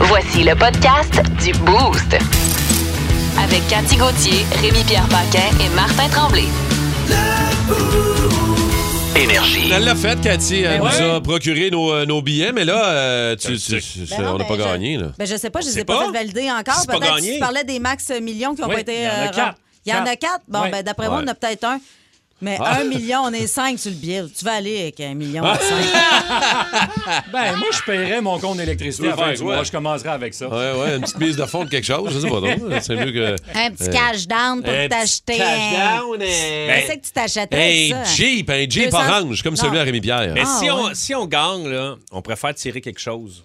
Voici le podcast du Boost. Avec Cathy Gauthier, Rémi-Pierre Paquin et Martin Tremblay. Énergie. Elle l'a fait, Cathy. Elle Ben nous ouais. a procuré nos, euh, nos billets, mais là, euh, tu- tu- tu- Ben ça, non, on n'a pas ben, je- gagné. Là. Ben, je sais pas, je On les sait ai pas, pas. fait valider encore. C'est pas Peut-être gagné. que tu parlais des max millions qui ont Oui, pas été. il y en a euh, quatre. Il y en a Quatre. quatre. Bon, Ouais. ben, d'après moi, Ouais. on a peut-être un. Mais Ah. un million, on est cinq sur le billet. Tu vas aller avec un million Ah. et cinq. Ben, moi, je paierais mon compte d'électricité Tu à veux la fin faire du quoi? mois. Je commencerai avec ça. Ouais, ouais, une petite mise de fond de quelque chose, je sais pas non. C'est mieux que. Un petit Euh, cash down pour un petit t'acheter. cash un- down, euh, Je sais que tu t'achètais Hey, ça. Jeep, un Jeep 200. orange, comme Hein? Non. celui à Rémi Pierre. Mais Ah, si, on, ouais. si on gagne, là, on préfère tirer quelque chose.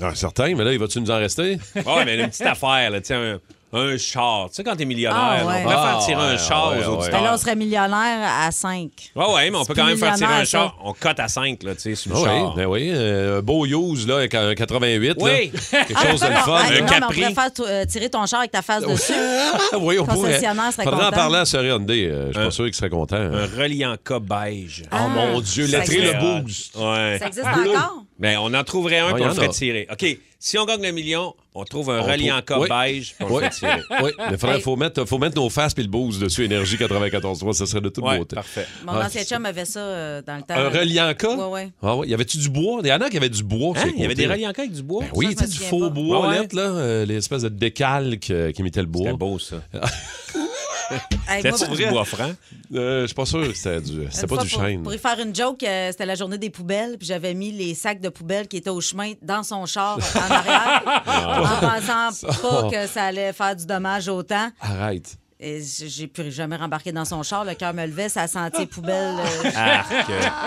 Ah, certain, mais là, il va-tu nous en rester? Ouais, mais une petite affaire, là, tu sais, un, un char. Tu sais, quand t'es millionnaire, Ah, ouais. on préfère Ah, tirer ouais, un char ouais, aux ouais. Ah. auditeurs. Ben là, on serait millionnaire à cinq. Ouais, ouais, mais on peut quand même faire tirer un millionnaire, ça. char. On cote à 5, là, tu sais, sur le Ah oui, char. ben oui. euh, un beau use, là, avec un 88. là. Oui. Quelque chose de le fun. Ah, Un non, mais on Capri. préfère t- euh, tirer ton char avec ta face dessus. oui, on pourrait. concessionnaire serait Faudrait en content. parler à Sir Hyundai. euh, je suis Un- pas sûr qu'il serait content. Un hein. reliant cas beige. Oh mon Dieu, Ah, Ça lettrez existe. le boost. Ouais. Ça existe encore? Mais on en trouverait un Ouais, puis on y le en ferait a. tirer. OK, si on gagne le million, on trouve un On reliant cas trouve- oui. beige puis on Oui, le fait tirer. oui. Mais faudrait, Hey. faut, mettre, faut mettre nos faces puis le boost dessus, Énergie 94.3, ça serait de toute Ouais, beauté. parfait. Mon Ah, ancien c'est- chum avait ça euh, dans le temps. Un reliant cas? Oh, Ouais, ouais. Ah, ouais. Y avait-tu du bois? Il y en a qui avaient du bois. Hein? Il y avait des reliants cas avec du bois? Ben oui, Ça, je tu sais, me du souviens faux pas. bois, Ah ouais? lettre, là, euh, l'espèce de décalque euh, qui imitait le bois. C'était beau, ça. Hey, moi, C'était du bois franc. Euh, je suis pas sûr que c'était du. C'était Une pas fois, du pour, chêne. Pour y faire une joke, euh, c'était la journée des poubelles, puis j'avais mis les sacs de poubelles qui étaient au chemin dans son char en Ah. arrière, en pensant pas que ça allait faire du dommage autant. Arrête. Et j- j'ai plus jamais rembarqué dans son char, le cœur me levait, ça sentait poubelle. euh,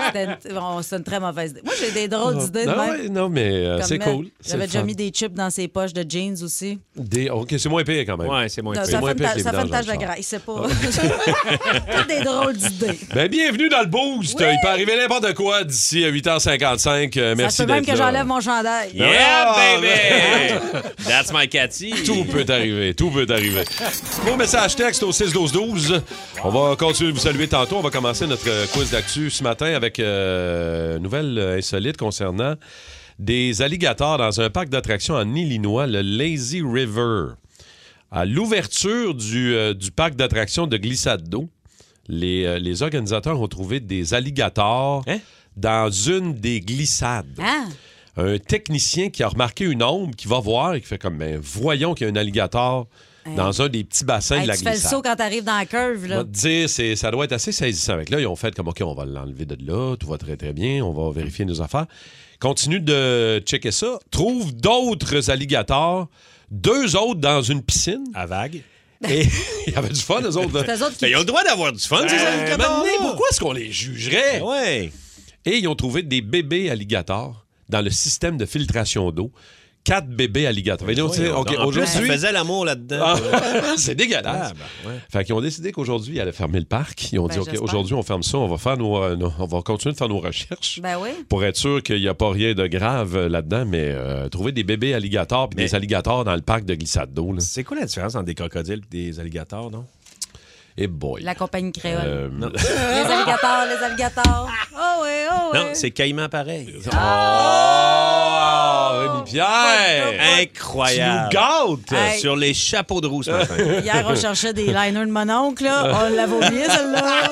c'était une, on- c'est une très mauvaise idée. Moi, j'ai des drôles d'idées de Ah, non, même. ouais, non, mais euh, Comme, c'est euh, cool. c'est J'avais le déjà fun. mis des chips dans ses poches de jeans aussi. Des- OK, Eh, c'est moins pire quand même. Ouais, c'est moins Non, pire. ça moins fait une pire que ta- les ça fait une vidanges tache dans de le Ah, gras. C'est pas... Toutes des drôles d'idées. Ben, bienvenue dans le boost. Il peut arriver n'importe quoi d'ici euh, à 8h55. Euh, Ça merci se peut même d'être que là. j'enlève mon chandail. Yeah, Ah, baby! That's my Cathy. Tout peut arriver, tout peut arriver. Vos messages texte au 6-12-12. On va continuer de vous saluer tantôt. On va commencer notre euh, quiz d'actu ce matin avec euh, une nouvelle euh, insolite concernant des alligators dans un parc d'attractions en Illinois, le Lazy River. À l'ouverture du, euh, du parc d'attractions de glissade d'eau, les, euh, les organisateurs ont trouvé des alligators Hein? dans une des glissades Hein? un technicien qui a remarqué une ombre, qui va voir et qui fait comme, ben, voyons qu'il y a un alligator dans un des petits bassins de Hein? Hey, la tu fais le saut glissade. quand t'arrives dans la curve, Je vais là. te dire, c'est- ça doit être assez saisissant. Avec là, ils ont fait comme, OK, on va l'enlever de là, tout va très, très bien, on va vérifier nos affaires. Continue de checker ça. Trouve d'autres alligators, deux autres dans une piscine. À vague. Et il y avait du fun, eux autres. là. C'est eux autres qui- Ben, ils ont le droit d'avoir du fun, ces Ben, alligators. maintenant, pourquoi est-ce qu'on les jugerait? Ouais. Ben Et ils ont trouvé des bébés alligators dans le système de filtration d'eau. Quatre bébés alligators. Fait que, tu sais, OK, En plus, aujourd'hui, ils faisaient l'amour là-dedans. Ah, c'est dégueulasse. Ah, ben, ouais. Fait qu'ils ont décidé qu'aujourd'hui, ils allaient fermer le parc. Ils ont Ben, dit, OK, j'espère. aujourd'hui, on ferme ça, on va, faire nos, euh, nos- on va continuer de faire nos recherches Ben oui. pour être sûr qu'il n'y a pas rien de grave euh, là-dedans, mais euh, trouver des bébés alligators puis Mais- des alligators dans le parc de glissade d'eau, là. C'est quoi la différence entre des crocodiles et des alligators, non? Et Eh boy. La compagnie créole. Euh, Les alligators, les alligators. Oh oui, oh oui. Non, c'est caïman pareil. Ah! Oh! Rémi-Pierre! Incroyable. gâtes! Hey. Sur les chapeaux de roue ce matin. Hier, on cherchait des liners de mon oncle, là. On l'avait oublié, celle-là.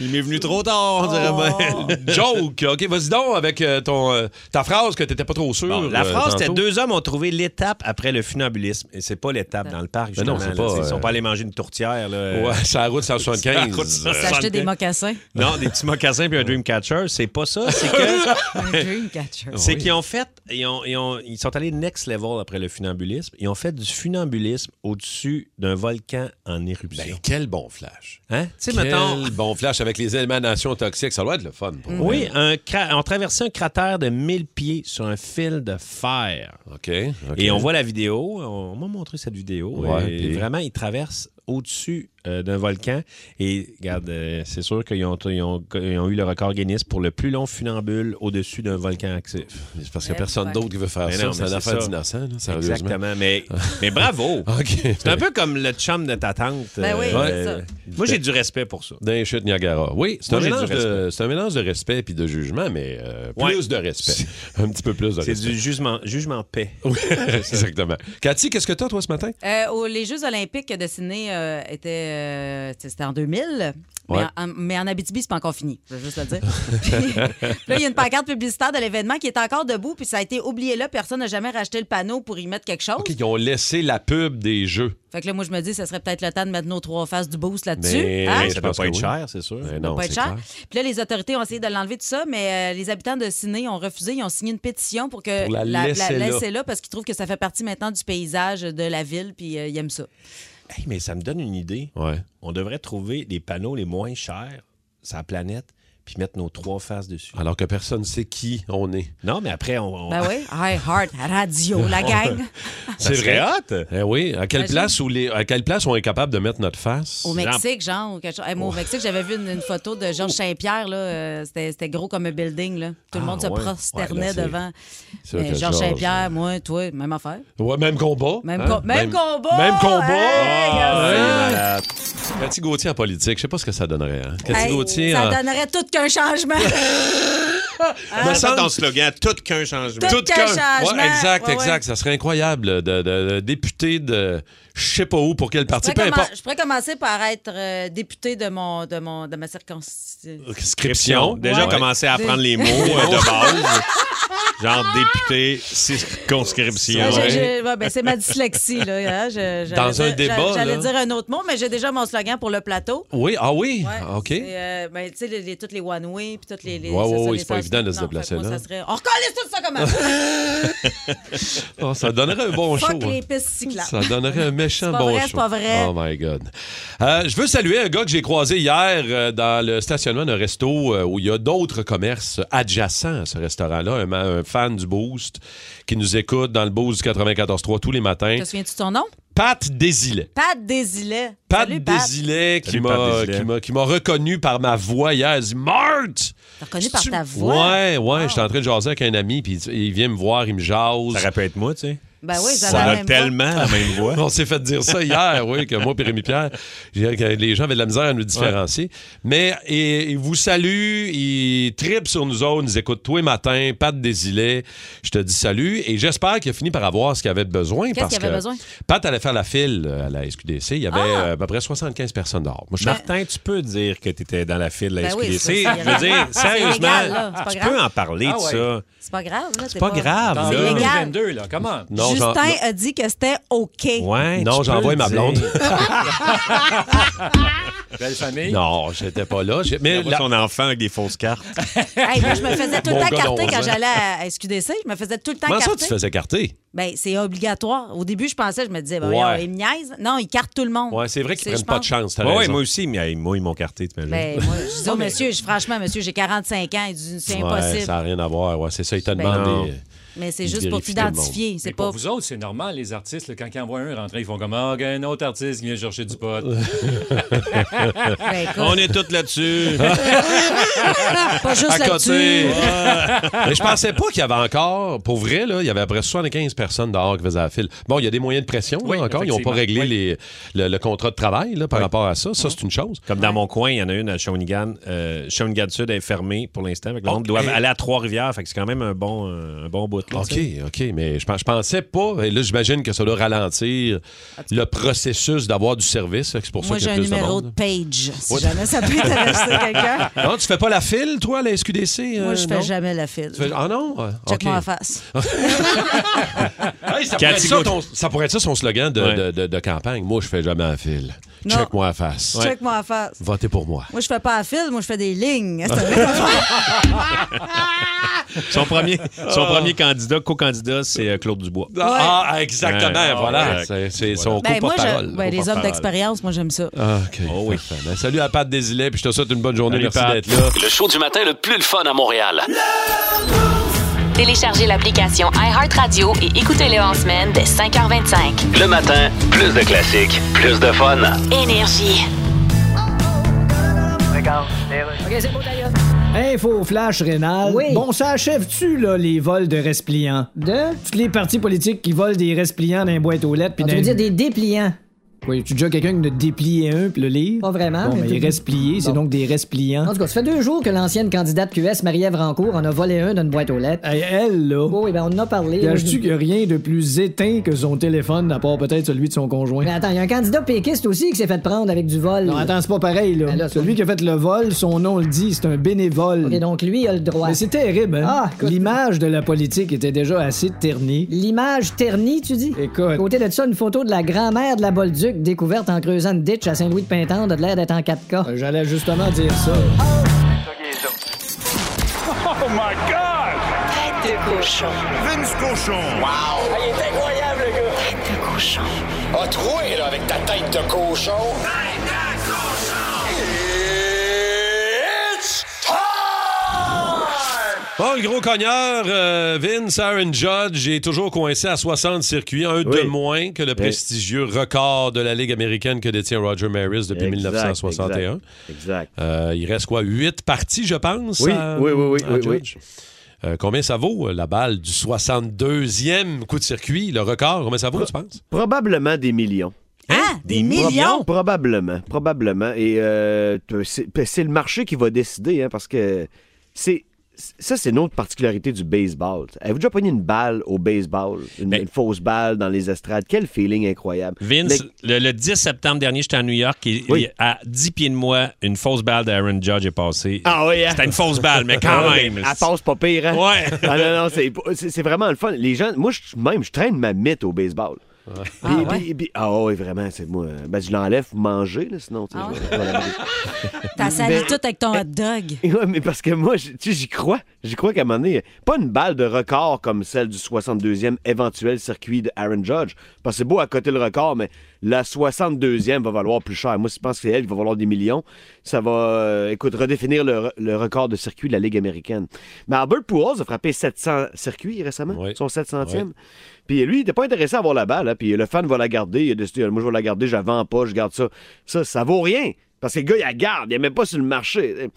Il m'est venu trop tard, on dirait bien. Joke! OK, vas-y donc avec euh, ton, euh, ta phrase que t'étais pas trop sûr. Bon, la euh, phrase, c'était tantôt. deux hommes ont trouvé l'étape après le funambulisme. Et c'est pas l'étape dans le parc, Ben non, justement. c'est là. pas, Ils sont euh, pas allés manger une tourtière. Là. Ouais, c'est la route C'est la route 175. 175. S'acheter des mocassins. Non, des petits mocassins puis un Dreamcatcher, c'est pas ça. C'est que Un dreamcatcher. c'est qu'ils ont fait, ils, ont- ils ont- ils sont allés next level après le funambulisme. Ils ont fait du funambulisme au-dessus d'un volcan en Ben, éruption. quel bon flash. hein? Tu sais, Quel mettons, bon flash avec les émanations toxiques. Ça doit être le fun. Pour vrai. oui, un cra- on traversait un cratère de 1000 pieds sur un fil de fer. OK. OK. Et on voit la vidéo. On m'a montré cette vidéo. Ouais, et puis- vraiment, ils traversent au-dessus euh, d'un volcan. Et regarde, euh, c'est sûr qu'ils ont, ils ont- ils ont eu le record Guinness pour le plus long funambule au-dessus d'un volcan actif. C'est parce qu'il n'y Eh, a personne ouais. d'autre qui veut faire Mais ça. non, C'est mais une c'est affaire ça. d'innocent, là, sérieusement. Exactement. Mais, mais bravo! OK. C'est un peu comme le chum de ta tante. Ben oui, Ouais. c'est ça. Moi, j'ai du respect pour ça. D'un chute Niagara. Oui, c'est un, Moi, j'ai mélange du de- c'est un mélange de respect puis de jugement, mais euh, plus Ouais. de respect. Un petit peu plus de C'est respect. du jugement, jugement paix. Oui, exactement. Cathy, qu'est-ce que t'as, toi, ce matin? Euh, au- les Jeux olympiques de Sydney euh, étaient... euh, c'était en 2000. Mais, Ouais. en, mais en Abitibi, c'est pas encore fini, je veux juste le dire. Puis, là, il y a une pancarte publicitaire de l'événement qui est encore debout, puis ça a été oublié là. Personne n'a jamais racheté le panneau pour y mettre quelque chose. OK, ils ont laissé la pub des jeux. Fait que là, moi, je me dis, ça serait peut-être le temps de mettre nos trois faces du boost là-dessus. Mais- hein? Ouais, ça je peut pense pas que être oui. cher, c'est sûr. Mais Ça non, va pas c'est être cher. clair. Puis là, les autorités ont essayé de l'enlever tout ça, mais euh, les habitants de Sydney ont refusé. Ils ont signé une pétition pour que Pour la laisser là. laisser là parce qu'ils trouvent que ça fait partie maintenant du paysage de la ville, puis euh, ils aiment ça. Hey, mais ça me donne une idée. Ouais. On devrait trouver les panneaux les moins chers sur la planète puis mettre nos trois faces dessus. Alors que personne ne sait qui on est. Non, mais après, on. on- Ben oui, High Heart Radio, la gang, Ça serait hot! Eh oui, à quelle, Imagine. place où les, à quelle place on est capable de mettre notre face? au Mexique, genre, ou quelque chose. Hey, moi, au Mexique, j'avais vu une, une photo de Georges Saint-Pierre, là. euh, C'était c'était gros comme un building, là. Tout le Ah, monde se ouais. prosternait Ouais, là, c'est- devant. c'est vrai Mais que Georges Georges, euh, Saint-Pierre, moi, toi, même affaire. Ouais, même combat. Même, hein? com- même, combat! Même combat! Hey, Ah, regarde ça. hein? Cathy Gauthier en politique, je sais pas ce que ça donnerait. Hein? Cathy Hey, Gauthier ça en... donnerait tout qu'un changement. Ah, Ben, Mets ça dans le slogan, tout qu'un changement. Tout qu'un changement. Ouais, exact, Ouais, ouais. exact. Ça serait incroyable de, de- de député de je sais pas où pour quel Je parti, peu pourrais, commen- importe. je pourrais commencer par être euh, députée de, mon, de, mon, de ma circonscription. Description. Déjà Ouais. commencer à apprendre les mots euh, de base. Genre député, circonscription. Ouais, j'ai- ouais. j'ai- ouais, ben, c'est ma dyslexie. Là, hein, je- j'allais Dans un dire- débat, j'allais- J'allais là. dire un autre mot, mais j'ai déjà mon slogan pour le plateau. Oui, ah oui, Ouais, Ah, OK. c'est, euh, ben, tu sais, les, les- toutes les one-way, puis toutes les. les Ouais, ça, ouais, ça, ouais, les c'est pas faces- évident de se Non, fait que déplacer, moi, là. ça serait- On recolle tout ça comme avant. Oh, ça donnerait un bon show. Fuck hein. les pistes cyclables. Ça donnerait un méchant C'est pas bon vrai, show. c'est pas vrai. Oh my God. Euh, je veux saluer un gars que j'ai croisé hier euh, dans le stationnement d'un resto euh, où il y a d'autres commerces adjacents à ce restaurant-là. Un, ma- un fan du Boost qui nous écoute dans le Boost du 94.3 tous les matins. Te souviens-tu de son nom? Pat Désilet. Pat Désilet. Pat Salut, Pat. Désilet qui Salut, Pat m'a Désilet. qui m'a- qui m'a reconnu par ma voix hier. Il dit Marthe! T'as reconnu par Tu- ta voix? Ouais, ouais. J'étais en train de jaser avec un ami, puis il vient me voir, il me jase. Ça aurait pu être moi, tu sais. Ben oui, ils avaient Ça la a même voix. tellement la même voix. On s'est fait dire ça hier, oui, que moi, Pérémy Pierre, j'ai- que les gens avaient de la misère à nous différencier. Mais et- il vous salue, il tripe sur nous autres, il nous écoute tous les matins, pas de désilets. Je te dis salut et j'espère qu'il a fini par avoir ce qu'il avait besoin. Qu'est-ce parce qu'il avait que besoin? Ah! Pat allait faire la file à la SQDC. Il y avait euh, à peu près 75 personnes dehors. Moi, je suis Martin, tu peux dire que tu étais dans la file de la Ben oui, SQDC. c'est- je veux dire, c'est légal, là. sérieusement, C'est pas tu grave. peux en parler Ah de ouais. ça. C'est pas grave. là, C'est pas grave, Dans C'est là. légal. 2022, là, comment? Non, j'en- Justin a dit que c'était OK. Ouais, Non, tu peux j'envoie ma le dire. blonde. Belle famille. non, j'étais pas là. J'ai- Il Mais envoie la- son enfant avec des fausses cartes. Hey, moi, je me faisais tout le Mon temps gars carter d'onze quand ans. j'allais à SQDC. Je me faisais tout le temps comment ça, carter. tu te faisais carter? Ben, c'est obligatoire. Au début, je pensais, je me disais, ben, Ouais. voyons, ils me niaisent. Non, ils cartent tout le monde. Ouais, c'est vrai qu'ils je prennent pas de pense- chance. t'as Oui, raison. moi aussi, mais hey, moi, ils m'ont carté, tu imagines. Ben, moi, je disais au monsieur, je- franchement, monsieur, j'ai 45 ans. Il dit, c'est Ouais, impossible. ça n'a rien à voir. Ouais, c'est ça, ils te Ben, demandent non. des- Mais c'est il juste pour vérifie tout le monde. t'identifier. C'est Mais pour pas. vous autres, c'est normal, les artistes, là, quand ils envoient un rentrer, ils font comme Ah, il y a un autre artiste qui vient chercher du pot. Ben, écoute, On est tous là-dessus. pas juste à côté. là-dessus. Ouais. Mais je pensais pas qu'il y avait encore, pour vrai, là, il y avait après 75 personnes dehors qui faisaient la file. Bon, il y a des moyens de pression là, Oui, encore. Ils n'ont pas réglé effectivement. Oui. Mhm. les- le, le contrat de travail là, par rapport à ça. Ça, c'est une chose. Comme dans mon coin, il y en a une à Shawinigan. Euh, Shawinigan Sud est fermée pour l'instant. Fait que Le Oh, monde doit aller à Trois-Rivières. Fait que c'est quand même un bon, euh, un bon bout. là, OK, tu sais. OK, mais je, pens- je pensais pas. Et là, j'imagine que ça doit ralentir le processus d'avoir du service. Fait que C'est pour Moi, ça qu'il y a j'ai un plus de numéro de monde. page. Si Ouais. jamais ça peut intéresser quelqu'un, Non, tu fais pas la file, toi, à la SQDC? euh, moi, je non? fais jamais la file. Tu fais- Ah non? OK. Check-moi en face. Hey, ça, pourrait être Cathy ça, Gauthier. ton- ça pourrait être ça son slogan de, Ouais. de- de- de campagne. Moi, je fais jamais la file. Non. Check-moi la face. Check-moi en face. Votez pour moi. Moi, je fais pas la file, moi, je fais des lignes. Son premier, son Ah. premier candidat, co-candidat, c'est euh, Claude Dubois. Ah, ah, exactement, Ouais. voilà. Exact. C'est- C'est son Ben, moi, co-porte-parole. je- ben, les hommes d'expérience, moi, j'aime ça. Ah, OK. Oh oui. parfait. Ben, salut à Pat Desilets, puis je te souhaite une bonne journée. Salut, Merci Pat. d'être là. Le show du matin le plus le fun à Montréal. Téléchargez l'application iHeartRadio et écoutez-le en semaine dès 5h25. Le matin, plus de classiques, plus de fun. Énergie. Info flash rénal. Oui. Bon, ça achève-tu, là, les vols de respliants? De? Toutes les partis politiques qui volent des respliants dans les boîtes aux lettres. puis Ah, tu dans veux les- dire des dépliants. Oui, tu déjà quelqu'un qui ne dépliait un puis le livre? Pas vraiment, Bon, mais mais tout- les respliés, c'est Bon. donc des respliants. En tout cas, ça fait deux jours que l'ancienne candidate QS, Marie-Ève Rancourt, en a volé un d'une boîte aux lettres. Hey, elle, là, Oh, oui, ben on en a parlé. gage-tu qu'il n'y a rien de plus éteint que son téléphone, à part peut-être celui de son conjoint? Mais attends, il y a un candidat péquiste aussi qui s'est fait prendre avec du vol. Non, attends, c'est pas pareil, là. Ben là, c'est- Celui qui a fait le vol, son nom le dit, c'est un bénévole. Et donc lui, il a le droit. Mais c'est terrible, hein? Ah, écoute- L'image de la politique était déjà assez ternie. L'image ternie, tu dis? À Écoute, côté de ça, une photo de la grand-mère de la Bolduc découverte en creusant une ditch à Saint-Louis-de-Pintan, de l'air d'être en 4K. euh, j'allais justement dire ça. Oh Ah, A troué, là, avec ta tête de cochon. It's time! Bon, le gros cogneur, euh, Vince Aaron Judge est toujours coincé à 60 circuits, un de moins que le prestigieux record de la Ligue américaine que détient Roger Maris depuis 1961. Exact. Euh, il reste quoi, 8 parties, je pense? Oui, à- oui, oui, oui, à oui, oui. Judge? Euh, combien ça vaut, euh, la balle du 62e coup de circuit, le record? Combien ça vaut, tu penses? Probablement des millions. Ah, des millions! Probablement, probablement. Et euh, t- c'est p- c'est le marché qui va décider, hein, parce que c'est ça, c'est une autre particularité du baseball. Avez-vous déjà pogné une balle au baseball? Une, Ben- une fausse balle dans les estrades? Quel feeling incroyable. Vince, Mais- le, le 10 septembre dernier, j'étais à New York et Oui. et à 10 pieds de moi, une fausse balle d'Aaron Judge est passée. Ah oui, hein? C'était une fausse balle, mais quand Ouais, même. mais Elle passe pas pire, hein? Ouais. Ah non, non, c'est, c'est- c'est vraiment le fun. Les gens, moi, je, même, je traîne ma mythe au baseball. Puis- Ah ouais? puis- puis- ah oui, vraiment, c'est moi. Ben, je l'enlève pour manger, là, sinon. tu sais, Ah ouais? je vais- je vais l'enlever. T'as Ben, sali tout avec ton hot dog. Ouais, mais parce que moi, je- tu sais, j'y crois. J'y crois qu'à un moment donné, pas une balle de record comme celle du 62e éventuel circuit de Aaron Judge. Parce que c'est beau à côté le record, mais la 62e va valoir plus cher. Moi, je pense que c'est elle qui va valoir des millions. Ça va, euh, écoute, redéfinir le, re- le record de circuit de la Ligue américaine. Mais Albert Pujols a frappé 700 circuits récemment, Oui. son 700e. Puis lui, il n'était pas intéressé à avoir la balle. hein. Puis le fan va la garder. Il a décidé, moi, je vais la garder, je la vends pas, je garde ça. Ça, ça vaut rien. Parce que le gars, il la garde, il n'est même pas sur le marché.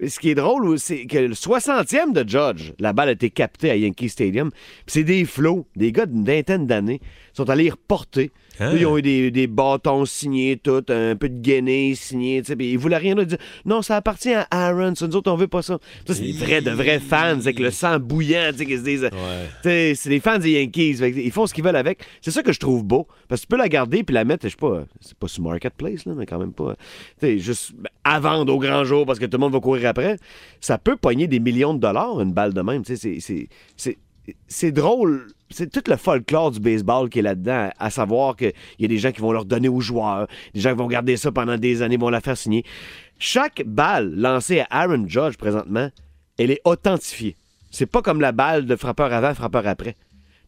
Et Ce qui est drôle, c'est que le 60e de Judge, la balle a été captée à Yankee Stadium. Puis c'est des flots, des gars d'une vingtaine d'années, qui sont allés y reporter. Puis Ils ont eu des, des bâtons signés, tout, un peu de guenilles signées, tu sais, puis ils voulaient rien. là, Ils disaient, non, ça appartient à Aaron, ça, nous autres, on veut pas ça. Ça, c'est des vrais, de vrais fans, avec le sang bouillant, tu sais, qui se disent, tu sais, c'est les fans des Yankees, fait que ils font ce qu'ils veulent avec. C'est ça que je trouve beau, parce que tu peux la garder puis la mettre, je sais pas, c'est pas sur Marketplace, là, mais quand même pas, tu sais, juste ben, à vendre au grand jour parce que tout le monde va courir après. Ça peut pogner des millions de dollars, une balle de même, tu sais, c'est- c'est- c'est c'est drôle. C'est tout le folklore du baseball qui est là-dedans, à savoir qu'il y a des gens qui vont leur donner aux joueurs, des gens qui vont garder ça pendant des années, vont la faire signer. Chaque balle lancée à Aaron Judge présentement, elle est authentifiée. C'est pas comme la balle de frappeur avant, frappeur après.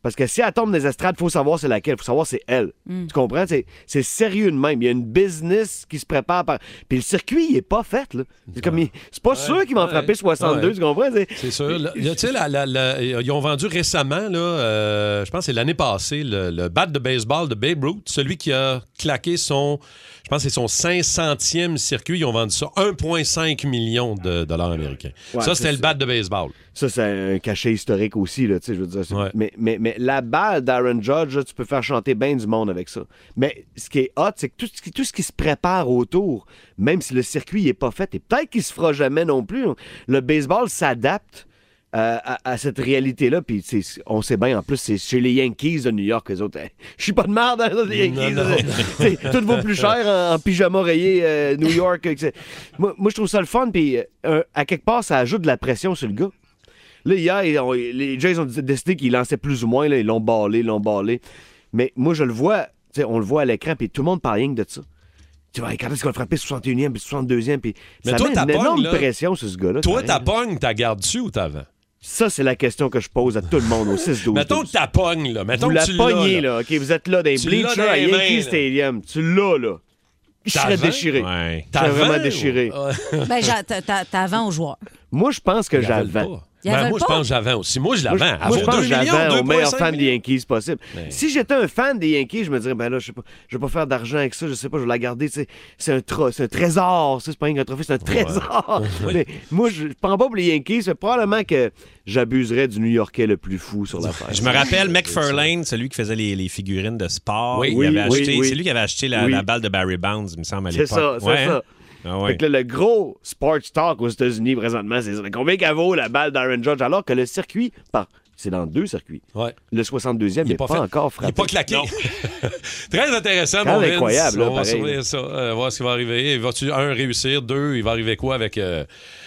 Parce que si elle tombe des estrades, faut savoir c'est laquelle, faut savoir c'est elle. Tu comprends? C'est, c'est sérieux de même. Il y a une business qui se prépare. Par... Puis le circuit, il est pas fait. Là. C'est, comme, il- c'est pas sûr qu'ils vont en ouais. frapper 62, Ouais. tu comprends? C'est- C'est sûr. Là, tu sais, la- la- la- ils ont vendu récemment, là, euh, je pense que c'est l'année passée, le, le bat de baseball de Babe Ruth, celui qui a claqué son, je pense que c'est son 500e circuit. Ils ont vendu ça 1,5 million de dollars américains. Ouais, ça, c'est c'était le bat de baseball. Ça, c'est un cachet historique aussi, là, tu sais, je veux dire. c'est- Ouais. Mais, mais, mais la balle d'Aaron Judge, là, tu peux faire chanter bien du monde avec ça. Mais ce qui est hot, c'est que tout ce qui, tout ce qui se prépare autour, même si le circuit n'est pas fait, et peut-être qu'il se fera jamais non plus, hein, le baseball s'adapte euh, à, à cette réalité-là. Puis tu sais, on sait bien, en plus, c'est chez les Yankees de New York, eux autres. hein, Je suis pas de merde, hein, les Non, Yankees. non. Tu sais, tout vaut plus cher en, en pyjama rayé euh, New York. euh, que c'est- Moi, moi, je trouve ça le fun, puis euh, à quelque part, ça ajoute de la pression sur le gars. Là, hier, ils ont- les Jays ont décidé qu'ils lançaient plus ou moins. Là, ils l'ont ballé, ils l'ont ballé. Mais moi, je le vois, tu sais, on le voit à l'écran, puis tout le monde parle rien que de ça. Tu vois, quand est-ce qu'on va le frapper 61e, puis 62e, puis Mais ça toi, met une t'abonnes, énorme là. pression sur ce gars-là. Toi, pareil. hein. ta pogne, t'as gardes-tu ou t'as vent? Ça, c'est la question que je pose à tout le monde au 6-12. Mettons que ta pogne, là. Mettons vous que la tu l'as, pognez, là. là. OK, vous êtes là dans les Tu l'as bleachers dans à les mains, Yankee là. Stadium. Tu l'as, là. Je T'as serais vingt? déchiré. Ouais. Je serais T'as vraiment vingt ou- déchiré. Ben, j'a- t'as- t'as t'as avant aux joueurs. Moi, je pense que Ils rappellent j'avais. pas. Ils la Ben, veulent moi, je pas? pense que j'avais aussi. Moi, je Moi, je l'avais. pense que j'avais au meilleur fan des Yankees possible. Mais- Si j'étais un fan des Yankees, je me dirais, ben là, je sais pas, je vais pas faire d'argent avec ça, je sais pas, je vais la garder, tu sais, c'est un, tro- c'est un trésor, ça, c'est pas rien qu'un trophée, c'est un trésor. Mais moi, je je prends pas pour les Yankees, mais probablement que j'abuserais du New Yorkais le plus fou sur l'affaire. Je me rappelle McFarlane, celui qui faisait les, les figurines de sport. Oui. il Oui, avait oui, acheté- oui. C'est lui qui avait acheté la, Oui. la balle de Barry Bonds, il me semble, à C'est l'époque. ça, c'est Ouais, hein? ça. Ah ouais. Fait que là, le gros sports talk aux États-Unis présentement, c'est ça. Mais Combien qu'elle vaut la balle d'Aaron Judge alors que le circuit, par- c'est dans deux circuits. Le 62e n'est pas, fait. encore Il n'est frappé. pas claqué. Très intéressant, Quand mon même Vince. incroyable, là, On va pareil. surveiller ça, euh, voir ce qui va arriver. Va-tu, un, réussir? Deux, il va arriver quoi avec, euh,